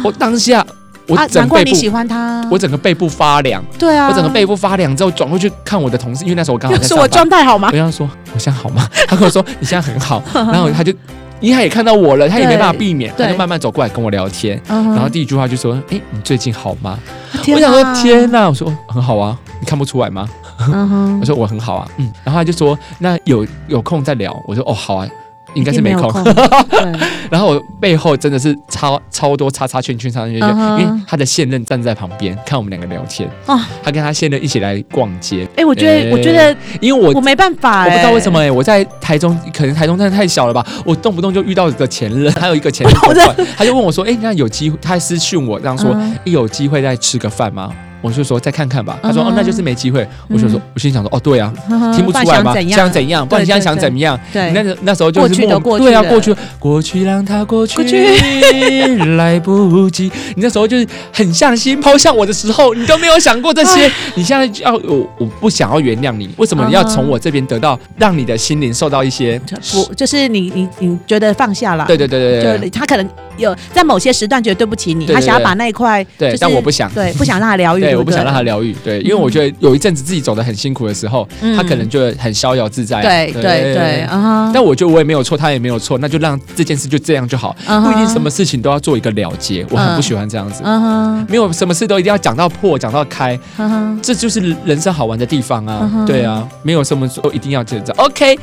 [SPEAKER 2] 我当下，我
[SPEAKER 1] 啊，
[SPEAKER 2] 整
[SPEAKER 1] 难怪你
[SPEAKER 2] 背部，
[SPEAKER 1] 喜欢他，
[SPEAKER 2] 我整个背部发凉，
[SPEAKER 1] 对啊，
[SPEAKER 2] 我整个背部发凉之后转过去看我的同事，因为那时候我刚好
[SPEAKER 1] [laughs]
[SPEAKER 2] 在
[SPEAKER 1] 是
[SPEAKER 2] 上
[SPEAKER 1] 我
[SPEAKER 2] 班。
[SPEAKER 1] 状态好吗
[SPEAKER 2] 我？跟他说我现在好吗？ [laughs] 他跟我说你现在
[SPEAKER 1] [laughs]
[SPEAKER 2] 很好， [laughs] 然后他就，因为他也看到我了，他也没办法避免，
[SPEAKER 1] 嗯对
[SPEAKER 2] 他就慢慢走过来跟我聊天。
[SPEAKER 1] 然
[SPEAKER 2] 然后第一句话就说：“哎、你最近好吗？”
[SPEAKER 1] 嗯天
[SPEAKER 2] 我
[SPEAKER 1] 哪
[SPEAKER 2] 想说：“天哪！”我说：“很好啊，你看不出来吗？”
[SPEAKER 1] 嗯
[SPEAKER 2] 我
[SPEAKER 1] 哼，
[SPEAKER 2] 说我很好啊，嗯，然后他就说那有有空再聊，我说哦好啊，应该是没
[SPEAKER 1] 一定
[SPEAKER 2] 空
[SPEAKER 1] 有。
[SPEAKER 2] [laughs]
[SPEAKER 1] 对，
[SPEAKER 2] 然后我背后真的是超超多叉叉圈圈叉叉圈圈
[SPEAKER 1] 嗯哼
[SPEAKER 2] 因为他的现任站在旁边看我们两个聊天，
[SPEAKER 1] 哦，
[SPEAKER 2] 他跟他现任一起来逛街，
[SPEAKER 1] 哎，我觉
[SPEAKER 2] 哎
[SPEAKER 1] 得，我觉得
[SPEAKER 2] 因为我
[SPEAKER 1] 我没办法，
[SPEAKER 2] 我不知道为什么。哎、我在台中，可能台中真的太小了吧，我动不动就遇到一个前任，还有一个前任
[SPEAKER 1] [laughs] 我真的
[SPEAKER 2] 狗饭他就问我说，哎、那有机会，他还私讯我这样说，哎
[SPEAKER 1] 嗯
[SPEAKER 2] 一有机会再吃个饭吗？我就说再看看吧，他说、
[SPEAKER 1] 嗯
[SPEAKER 2] 哦那就是没机会，我就说、我心想说哦对啊，听不出来吗？
[SPEAKER 1] 不然想怎样啊
[SPEAKER 2] 想怎样？不然你现在想
[SPEAKER 1] 对对
[SPEAKER 2] 怎么样？
[SPEAKER 1] 对，
[SPEAKER 2] 那时那时候就是
[SPEAKER 1] 哎过去的
[SPEAKER 2] 默
[SPEAKER 1] 过去
[SPEAKER 2] 对啊，
[SPEAKER 1] 的
[SPEAKER 2] 过去过去让它过去，
[SPEAKER 1] [laughs] 过
[SPEAKER 2] 来不及。你那时候就是很向心抛向我的时候，你都没有想过这
[SPEAKER 1] 啊
[SPEAKER 2] 些。你现在就要我我不想要原谅你，为什么你要
[SPEAKER 1] 嗯哼
[SPEAKER 2] 从我这边得到，让你的心灵受到一些？
[SPEAKER 1] 不就是你你你觉得放下了，
[SPEAKER 2] 对对对对
[SPEAKER 1] 就
[SPEAKER 2] 对
[SPEAKER 1] 他可能有在某些时段觉得对不起你，
[SPEAKER 2] 对对
[SPEAKER 1] 他想要
[SPEAKER 2] 对
[SPEAKER 1] 把那一块，
[SPEAKER 2] 对
[SPEAKER 1] 就是
[SPEAKER 2] 但我不想
[SPEAKER 1] 对，不想让他疗愈，
[SPEAKER 2] 对，我不想让他
[SPEAKER 1] 聊。
[SPEAKER 2] 疗愈，对，因为我觉得有一阵子自己走的很辛苦的时候，
[SPEAKER 1] 嗯
[SPEAKER 2] 他可能就很逍遥自在。啊
[SPEAKER 1] 对对对，啊哈，
[SPEAKER 2] 但我觉得我也没有错，他也没有错，那就让这件事就这样就好，
[SPEAKER 1] 嗯
[SPEAKER 2] 不
[SPEAKER 1] 哼
[SPEAKER 2] 一定什么事情都要做一个了结，我很不喜欢这样子，
[SPEAKER 1] 嗯哼
[SPEAKER 2] 没有什么事都一定要讲到破，讲到开，
[SPEAKER 1] 嗯哼，
[SPEAKER 2] 这就是人生好玩的地方啊
[SPEAKER 1] 嗯哼
[SPEAKER 2] 对啊，没有什么说一定要这样。OK，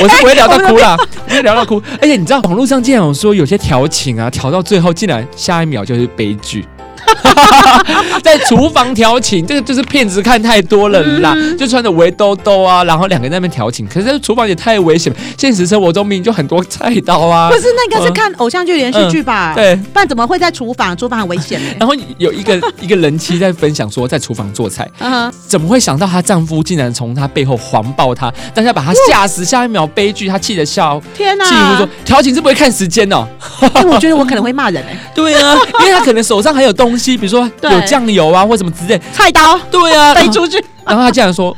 [SPEAKER 2] 我是不会聊到哭啦，不会聊到哭。而且你知道，网络上竟然有说有些调情啊，调到最后竟然下一秒就是悲剧。 [laughs] 在厨房调情，这个就是骗子看太多了啦，
[SPEAKER 1] 嗯
[SPEAKER 2] 就穿着围兜兜啊，然后两个人在那边调情。可是在厨房也太危险了，现实生活中明明就很多菜刀啊嗯
[SPEAKER 1] 不。是，啊那应该是看偶像剧连续剧吧？
[SPEAKER 2] 对，
[SPEAKER 1] 不然怎么会在厨房？厨房很危险的。
[SPEAKER 2] 然后有一个一个人妻在分享说，在厨房做菜，
[SPEAKER 1] 嗯哼，
[SPEAKER 2] 怎么会想到她丈夫竟然从她背后环抱她，当下把她吓死，下一秒悲剧，她气得笑。
[SPEAKER 1] 天哪！
[SPEAKER 2] 气呼说：“调情是不会看时间哦。
[SPEAKER 1] 哎我觉得我可能会骂人欸，”
[SPEAKER 2] 对啊，因为她可能手上还有东西，比如说
[SPEAKER 1] 对
[SPEAKER 2] 有酱油啊或什么之类。
[SPEAKER 1] 菜刀
[SPEAKER 2] 对啊，
[SPEAKER 1] 飞
[SPEAKER 2] 然后
[SPEAKER 1] 出去。
[SPEAKER 2] 然后她竟然说：“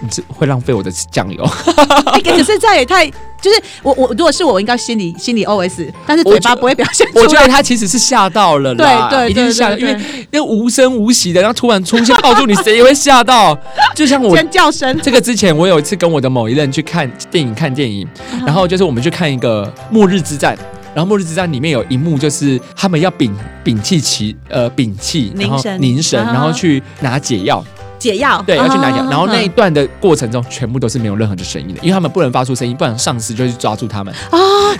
[SPEAKER 2] 你这会浪费我的酱油。
[SPEAKER 1] 哎，可是这样也太……就是我我如果是我，我应该心里心里 OS，但是
[SPEAKER 2] 我
[SPEAKER 1] 嘴巴
[SPEAKER 2] 觉得
[SPEAKER 1] 不会表现”出
[SPEAKER 2] [laughs] 我觉
[SPEAKER 1] 来
[SPEAKER 2] 得。她其实是吓到了啦，
[SPEAKER 1] 对对对
[SPEAKER 2] 一定是吓到，因
[SPEAKER 1] 对
[SPEAKER 2] 为
[SPEAKER 1] 对
[SPEAKER 2] 那无声无息的，然后突然出现抱住你，谁也会吓到。就像我
[SPEAKER 1] 尖叫声，
[SPEAKER 2] 这个之前我有一次跟我的某一任去看电影，看电影，
[SPEAKER 1] 嗯
[SPEAKER 2] 然后就是我们去看一个《末日之战》，然后《末日之战》里面有一幕就是他们要摒摒弃其呃摒弃，然后
[SPEAKER 1] 凝神
[SPEAKER 2] 凝神，
[SPEAKER 1] 啊哈
[SPEAKER 2] 然后去拿解药，
[SPEAKER 1] 解药
[SPEAKER 2] 对，要去拿解药，
[SPEAKER 1] 啊
[SPEAKER 2] 然后那一段的过程中全部都是没有任何的声音的，因为他们不能发出声音，不然上司就会去抓住他们，
[SPEAKER 1] 啊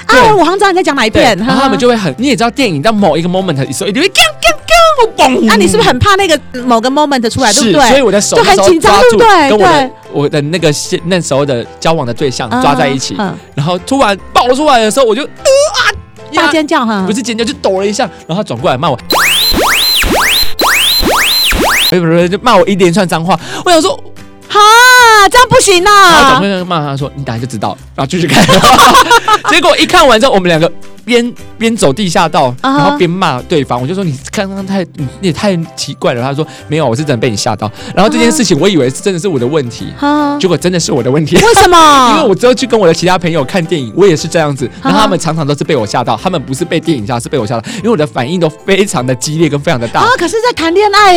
[SPEAKER 2] 对
[SPEAKER 1] 啊！我好像知道你在讲哪一
[SPEAKER 2] 对，
[SPEAKER 1] 片，啊
[SPEAKER 2] 然后他们就会很，你也知道电影到某一个 moment 的时候一定会 g 嘣，
[SPEAKER 1] 那你是不是很怕那个某个 moment 出来，对
[SPEAKER 2] 是，
[SPEAKER 1] 不对？
[SPEAKER 2] 所以我的手
[SPEAKER 1] 就很
[SPEAKER 2] 那时候
[SPEAKER 1] 紧张
[SPEAKER 2] 抓住
[SPEAKER 1] 对不对
[SPEAKER 2] 跟我的
[SPEAKER 1] 对
[SPEAKER 2] 我的那个现那时候的交往的对象抓在一起，
[SPEAKER 1] 嗯嗯
[SPEAKER 2] 然后突然爆出来的时候，我就呃啊，呀
[SPEAKER 1] 大尖叫哈，
[SPEAKER 2] 不是尖叫，就抖了一下，然后他转过来骂我。不是不是，就骂我一连串脏话。我想说，
[SPEAKER 1] 哈，这样不行
[SPEAKER 2] 然后转
[SPEAKER 1] 啊
[SPEAKER 2] 过！来骂他说：“你等下就知道。”然后继
[SPEAKER 1] [laughs]
[SPEAKER 2] 续看。结果一看完之后，我们两个边边走地下道，
[SPEAKER 1] 啊
[SPEAKER 2] 然
[SPEAKER 1] 哈
[SPEAKER 2] 后边骂对方。我就说：“你刚刚太你也太奇怪了。”他说：“没有，我是真的被你吓到。”然后这件事情，我以为是真的是我的问题，
[SPEAKER 1] 啊哈，
[SPEAKER 2] 结果真的是我的问题。
[SPEAKER 1] 为什么？
[SPEAKER 2] [laughs] 因为我之后去跟我的其他朋友看电影，我也是这样子，
[SPEAKER 1] 哈
[SPEAKER 2] 然后他们常常都是被我吓到，他们不是被电影吓，是被我吓到，因为我的反应都非常的激烈跟非常的大
[SPEAKER 1] 啊。，可是，在谈恋爱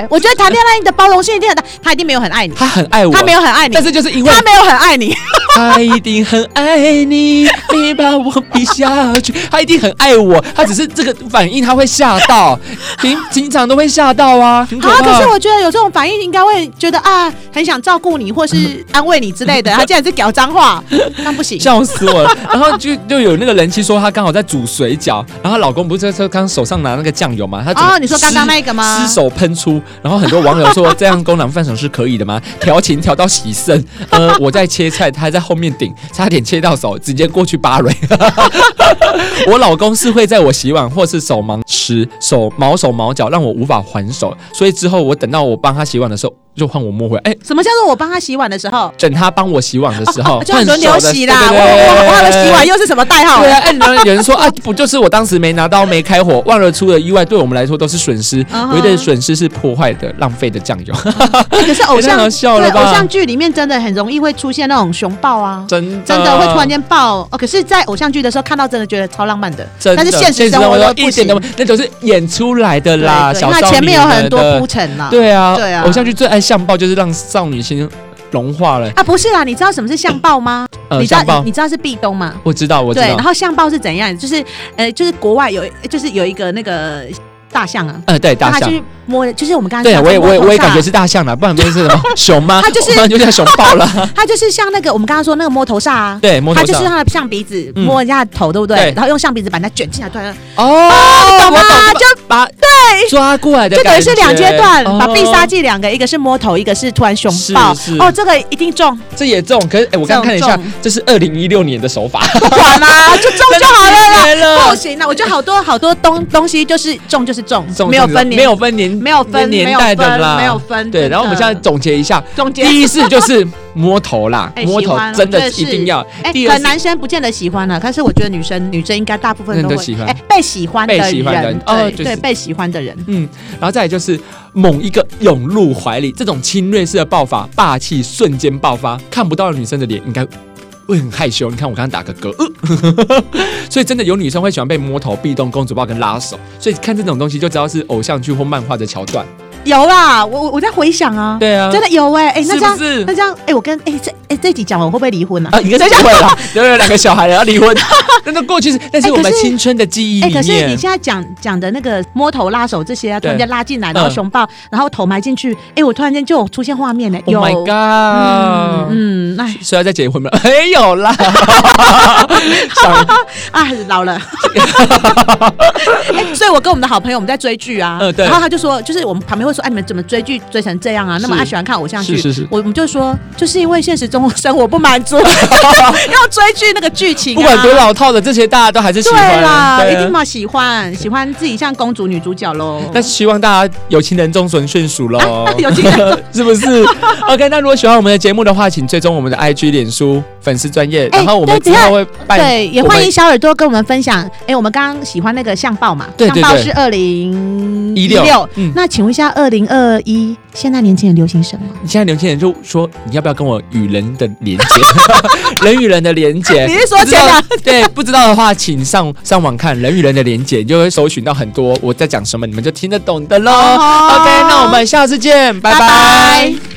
[SPEAKER 1] 耶，我觉得谈恋爱你的包容性一定很大，他一定没有很爱你，
[SPEAKER 2] [laughs] 他很爱我，
[SPEAKER 1] 他没有很爱你，
[SPEAKER 2] 但是就是因为
[SPEAKER 1] 他没有很爱你，
[SPEAKER 2] 他一定很爱你，别把我比下去，他一定很爱我，他只是这个反应他会吓到，平平常都会吓到啊，很可
[SPEAKER 1] 啊，可
[SPEAKER 2] 怕
[SPEAKER 1] 是。我觉得有这种反应，应该会觉得啊，很想照顾你或是安慰你之类
[SPEAKER 2] [laughs]
[SPEAKER 1] 的。他竟然是屌脏话，那不行。
[SPEAKER 2] 笑死我了，然后就就有那个人妻说她刚好在煮水饺，然后她老公不是说刚手上拿那个酱油嘛，她整个
[SPEAKER 1] 哦，你说刚刚
[SPEAKER 2] 湿
[SPEAKER 1] 那个吗？
[SPEAKER 2] 失手喷出，然后很多网友说这样功能犯手是可以的吗？调情调到喜肾，呃，我在切菜，他在后面顶，差点切到手，直接过去扒蕊。我老公是会在我洗碗或是手忙时手毛手毛脚，让我无法还手，所以之后我等到我帮他洗碗的时候，就换我摸回来，哎、
[SPEAKER 1] 什么叫做我帮他洗碗的时候？啊
[SPEAKER 2] 等他帮我洗碗的时候，
[SPEAKER 1] 就很轮
[SPEAKER 2] 换手
[SPEAKER 1] 流
[SPEAKER 2] 的
[SPEAKER 1] 洗啦。我
[SPEAKER 2] 对对对
[SPEAKER 1] 我我他的洗碗又是什么代号
[SPEAKER 2] 对？啊，哎、然后有人说啊，不就是我当时没拿刀、没开火，忘了出了意外，对我们来说都是损失
[SPEAKER 1] 嗯。哼
[SPEAKER 2] 唯一的损失是破坏的、浪费的酱
[SPEAKER 1] [laughs]
[SPEAKER 2] 油，
[SPEAKER 1] 哎可是偶
[SPEAKER 2] [laughs] 太好
[SPEAKER 1] 像
[SPEAKER 2] 笑了
[SPEAKER 1] 对
[SPEAKER 2] 吧
[SPEAKER 1] 偶像剧里面真的很容易会出现那种熊抱啊，
[SPEAKER 2] 真的
[SPEAKER 1] 真的会突然间爆哦。可是，在偶像剧的时候看到，真的觉得超浪漫的，
[SPEAKER 2] 真的，
[SPEAKER 1] 但是现实生活
[SPEAKER 2] 中
[SPEAKER 1] 中
[SPEAKER 2] 一
[SPEAKER 1] 不
[SPEAKER 2] 点
[SPEAKER 1] 行。
[SPEAKER 2] 都不那都是演出来的啦，
[SPEAKER 1] 对
[SPEAKER 2] 小
[SPEAKER 1] 那
[SPEAKER 2] 少
[SPEAKER 1] 前面有
[SPEAKER 2] 女们
[SPEAKER 1] 很多
[SPEAKER 2] 的
[SPEAKER 1] 铺陈啦。
[SPEAKER 2] 对啊，
[SPEAKER 1] 对啊
[SPEAKER 2] 偶像剧最爱相爆就是让少女心融化了，
[SPEAKER 1] 啊，不是啦，你知道什么是相抱吗？
[SPEAKER 2] 呃，
[SPEAKER 1] 你知道
[SPEAKER 2] 相爆
[SPEAKER 1] 你，你知道是壁咚吗？
[SPEAKER 2] 我知道，我知
[SPEAKER 1] 对，
[SPEAKER 2] 道
[SPEAKER 1] 然，后相报是怎样？就是呃，就是国外有，就是有一个那个大象啊，
[SPEAKER 2] 呃，对，大
[SPEAKER 1] 它就
[SPEAKER 2] 象。
[SPEAKER 1] 是摸，就是我们刚才
[SPEAKER 2] 对，
[SPEAKER 1] 讲
[SPEAKER 2] 我也，
[SPEAKER 1] 摸
[SPEAKER 2] 我也，
[SPEAKER 1] 头啊
[SPEAKER 2] 我也
[SPEAKER 1] 上
[SPEAKER 2] 感觉是大象啦，不然不是什么
[SPEAKER 1] [laughs]
[SPEAKER 2] 熊吗？
[SPEAKER 1] 它就是
[SPEAKER 2] 不然就像熊爆了。
[SPEAKER 1] 它就是像那个我们刚刚说那个摸头煞啊，
[SPEAKER 2] 对，摸
[SPEAKER 1] 它
[SPEAKER 2] 头
[SPEAKER 1] 就是
[SPEAKER 2] 上。
[SPEAKER 1] 它的象鼻子
[SPEAKER 2] 嗯
[SPEAKER 1] 摸人家的头，对不对
[SPEAKER 2] 对？
[SPEAKER 1] 然后用象鼻子把它卷进来，突然
[SPEAKER 2] 哦，我
[SPEAKER 1] 懂吗
[SPEAKER 2] 就把对抓过来的
[SPEAKER 1] 就等
[SPEAKER 2] 感
[SPEAKER 1] 于
[SPEAKER 2] 觉，
[SPEAKER 1] 是两阶段，
[SPEAKER 2] 哦
[SPEAKER 1] 把必杀技两个，一个是摸头，一个是突然熊抱
[SPEAKER 2] 是是。
[SPEAKER 1] 哦，这个一定中，
[SPEAKER 2] 这也中。可是哎，我刚刚看了一下
[SPEAKER 1] 这种中，
[SPEAKER 2] 这是二零一六年的手法，
[SPEAKER 1] 不管啦，
[SPEAKER 2] [laughs]
[SPEAKER 1] 就中就好了啦。
[SPEAKER 2] 来
[SPEAKER 1] 不
[SPEAKER 2] 了，
[SPEAKER 1] 行啦，我觉得好多好多东东西就是中就是中，
[SPEAKER 2] 中
[SPEAKER 1] 哦没有分年，
[SPEAKER 2] 没有分年，
[SPEAKER 1] 没有分
[SPEAKER 2] 年代的啦，
[SPEAKER 1] 没有分。
[SPEAKER 2] 对，然后我们现在
[SPEAKER 1] 真的
[SPEAKER 2] 总结一下，
[SPEAKER 1] 中间
[SPEAKER 2] 第一次就是摸头啦
[SPEAKER 1] 哎，
[SPEAKER 2] 摸头
[SPEAKER 1] 喜欢
[SPEAKER 2] 真的
[SPEAKER 1] 我觉
[SPEAKER 2] 一
[SPEAKER 1] 得是
[SPEAKER 2] 定要。
[SPEAKER 1] 哎、
[SPEAKER 2] 第
[SPEAKER 1] 可
[SPEAKER 2] 二
[SPEAKER 1] 能
[SPEAKER 2] 次
[SPEAKER 1] 男生不见得喜欢了，但是我觉得女生女生应该大部分都
[SPEAKER 2] 人
[SPEAKER 1] 会
[SPEAKER 2] 都喜欢
[SPEAKER 1] 哎、被喜欢的人，
[SPEAKER 2] 被喜欢的人
[SPEAKER 1] 对、
[SPEAKER 2] 哦就是
[SPEAKER 1] 对被喜欢的人，
[SPEAKER 2] 嗯，然后再来就是猛一个涌入怀里，这种侵略式的爆发，霸气瞬间爆发，看不到女生的脸，应该会很害羞。你看我刚刚打个嗝，呃所以真的有女生会喜欢被摸头、壁咚、公主抱跟拉手，所以看这种东西就知道是偶像剧或漫画的桥段。
[SPEAKER 1] 有啦，我我我在回想啊，
[SPEAKER 2] 对啊
[SPEAKER 1] 真的有哎、哎、那
[SPEAKER 2] 是
[SPEAKER 1] 这
[SPEAKER 2] 不
[SPEAKER 1] 样
[SPEAKER 2] 是
[SPEAKER 1] 那这样，哎、我跟哎、这哎、这集讲完我会不会离婚啊？
[SPEAKER 2] 啊，应该是不会了，因为有两个小孩了要离婚，那都过去是，但是
[SPEAKER 1] 哎
[SPEAKER 2] 我
[SPEAKER 1] 可
[SPEAKER 2] 们
[SPEAKER 1] 是
[SPEAKER 2] 青春的记忆
[SPEAKER 1] 哎、
[SPEAKER 2] 里
[SPEAKER 1] 可是你
[SPEAKER 2] 面，
[SPEAKER 1] 现在讲讲的那个摸头拉手这些啊，突
[SPEAKER 2] 对
[SPEAKER 1] 然间拉进来，然后
[SPEAKER 2] 嗯
[SPEAKER 1] 熊抱，然后头埋进去，哎、我突然间就有出现画面呢、
[SPEAKER 2] Oh
[SPEAKER 1] 有
[SPEAKER 2] my god！
[SPEAKER 1] 嗯，哎
[SPEAKER 2] 虽然在结婚了，没有啦，想
[SPEAKER 1] 啊，老
[SPEAKER 2] [laughs]
[SPEAKER 1] 了。哎，所以我跟我们的好朋友我们在追剧啊，
[SPEAKER 2] 嗯对
[SPEAKER 1] 然后他就说，就是我们旁边会说，哎、你们怎么追剧追成这样啊？那么
[SPEAKER 2] 是
[SPEAKER 1] 爱喜欢看偶像剧，
[SPEAKER 2] 是是是
[SPEAKER 1] 我们就说，就是因为现实中生活不满
[SPEAKER 2] [laughs]
[SPEAKER 1] 足，要追剧那个剧情、啊，
[SPEAKER 2] 不管多老套的这些，大家都还是喜欢。
[SPEAKER 1] 对啦，
[SPEAKER 2] 对
[SPEAKER 1] 一
[SPEAKER 2] 啊
[SPEAKER 1] 定嘛喜欢，喜欢自己像公主女主角喽。
[SPEAKER 2] 那希望大家有情人终成眷
[SPEAKER 1] [laughs]
[SPEAKER 2] 属喽，
[SPEAKER 1] 有情人
[SPEAKER 2] 是
[SPEAKER 1] [laughs]
[SPEAKER 2] 不是？OK，那如果喜欢我们的节目的话，请追踪我们的 IG、脸书粉丝专业，
[SPEAKER 1] 哎
[SPEAKER 2] 然后我们之
[SPEAKER 1] 对等一下
[SPEAKER 2] 后会办，
[SPEAKER 1] 对，也
[SPEAKER 2] 我们
[SPEAKER 1] 欢迎小耳朵跟我们分享。哎、我们刚刚喜欢那个相报嘛，
[SPEAKER 2] 对对
[SPEAKER 1] 相报
[SPEAKER 2] 对
[SPEAKER 1] 是二零
[SPEAKER 2] 16嗯
[SPEAKER 1] 那请问一下，二零二一现在年轻人流行什么？
[SPEAKER 2] 你现在年轻人就说你要不要跟我与人的
[SPEAKER 1] [laughs]
[SPEAKER 2] 连接，人与人的连接？
[SPEAKER 1] 你是说啊
[SPEAKER 2] 不知道
[SPEAKER 1] 前两？
[SPEAKER 2] [laughs] 对，不知道的话，请上上网看人与人的连接，你就会搜寻到很多我在讲什么，你们就听得懂的喽。
[SPEAKER 1] 哦
[SPEAKER 2] OK，那我们下次见，拜拜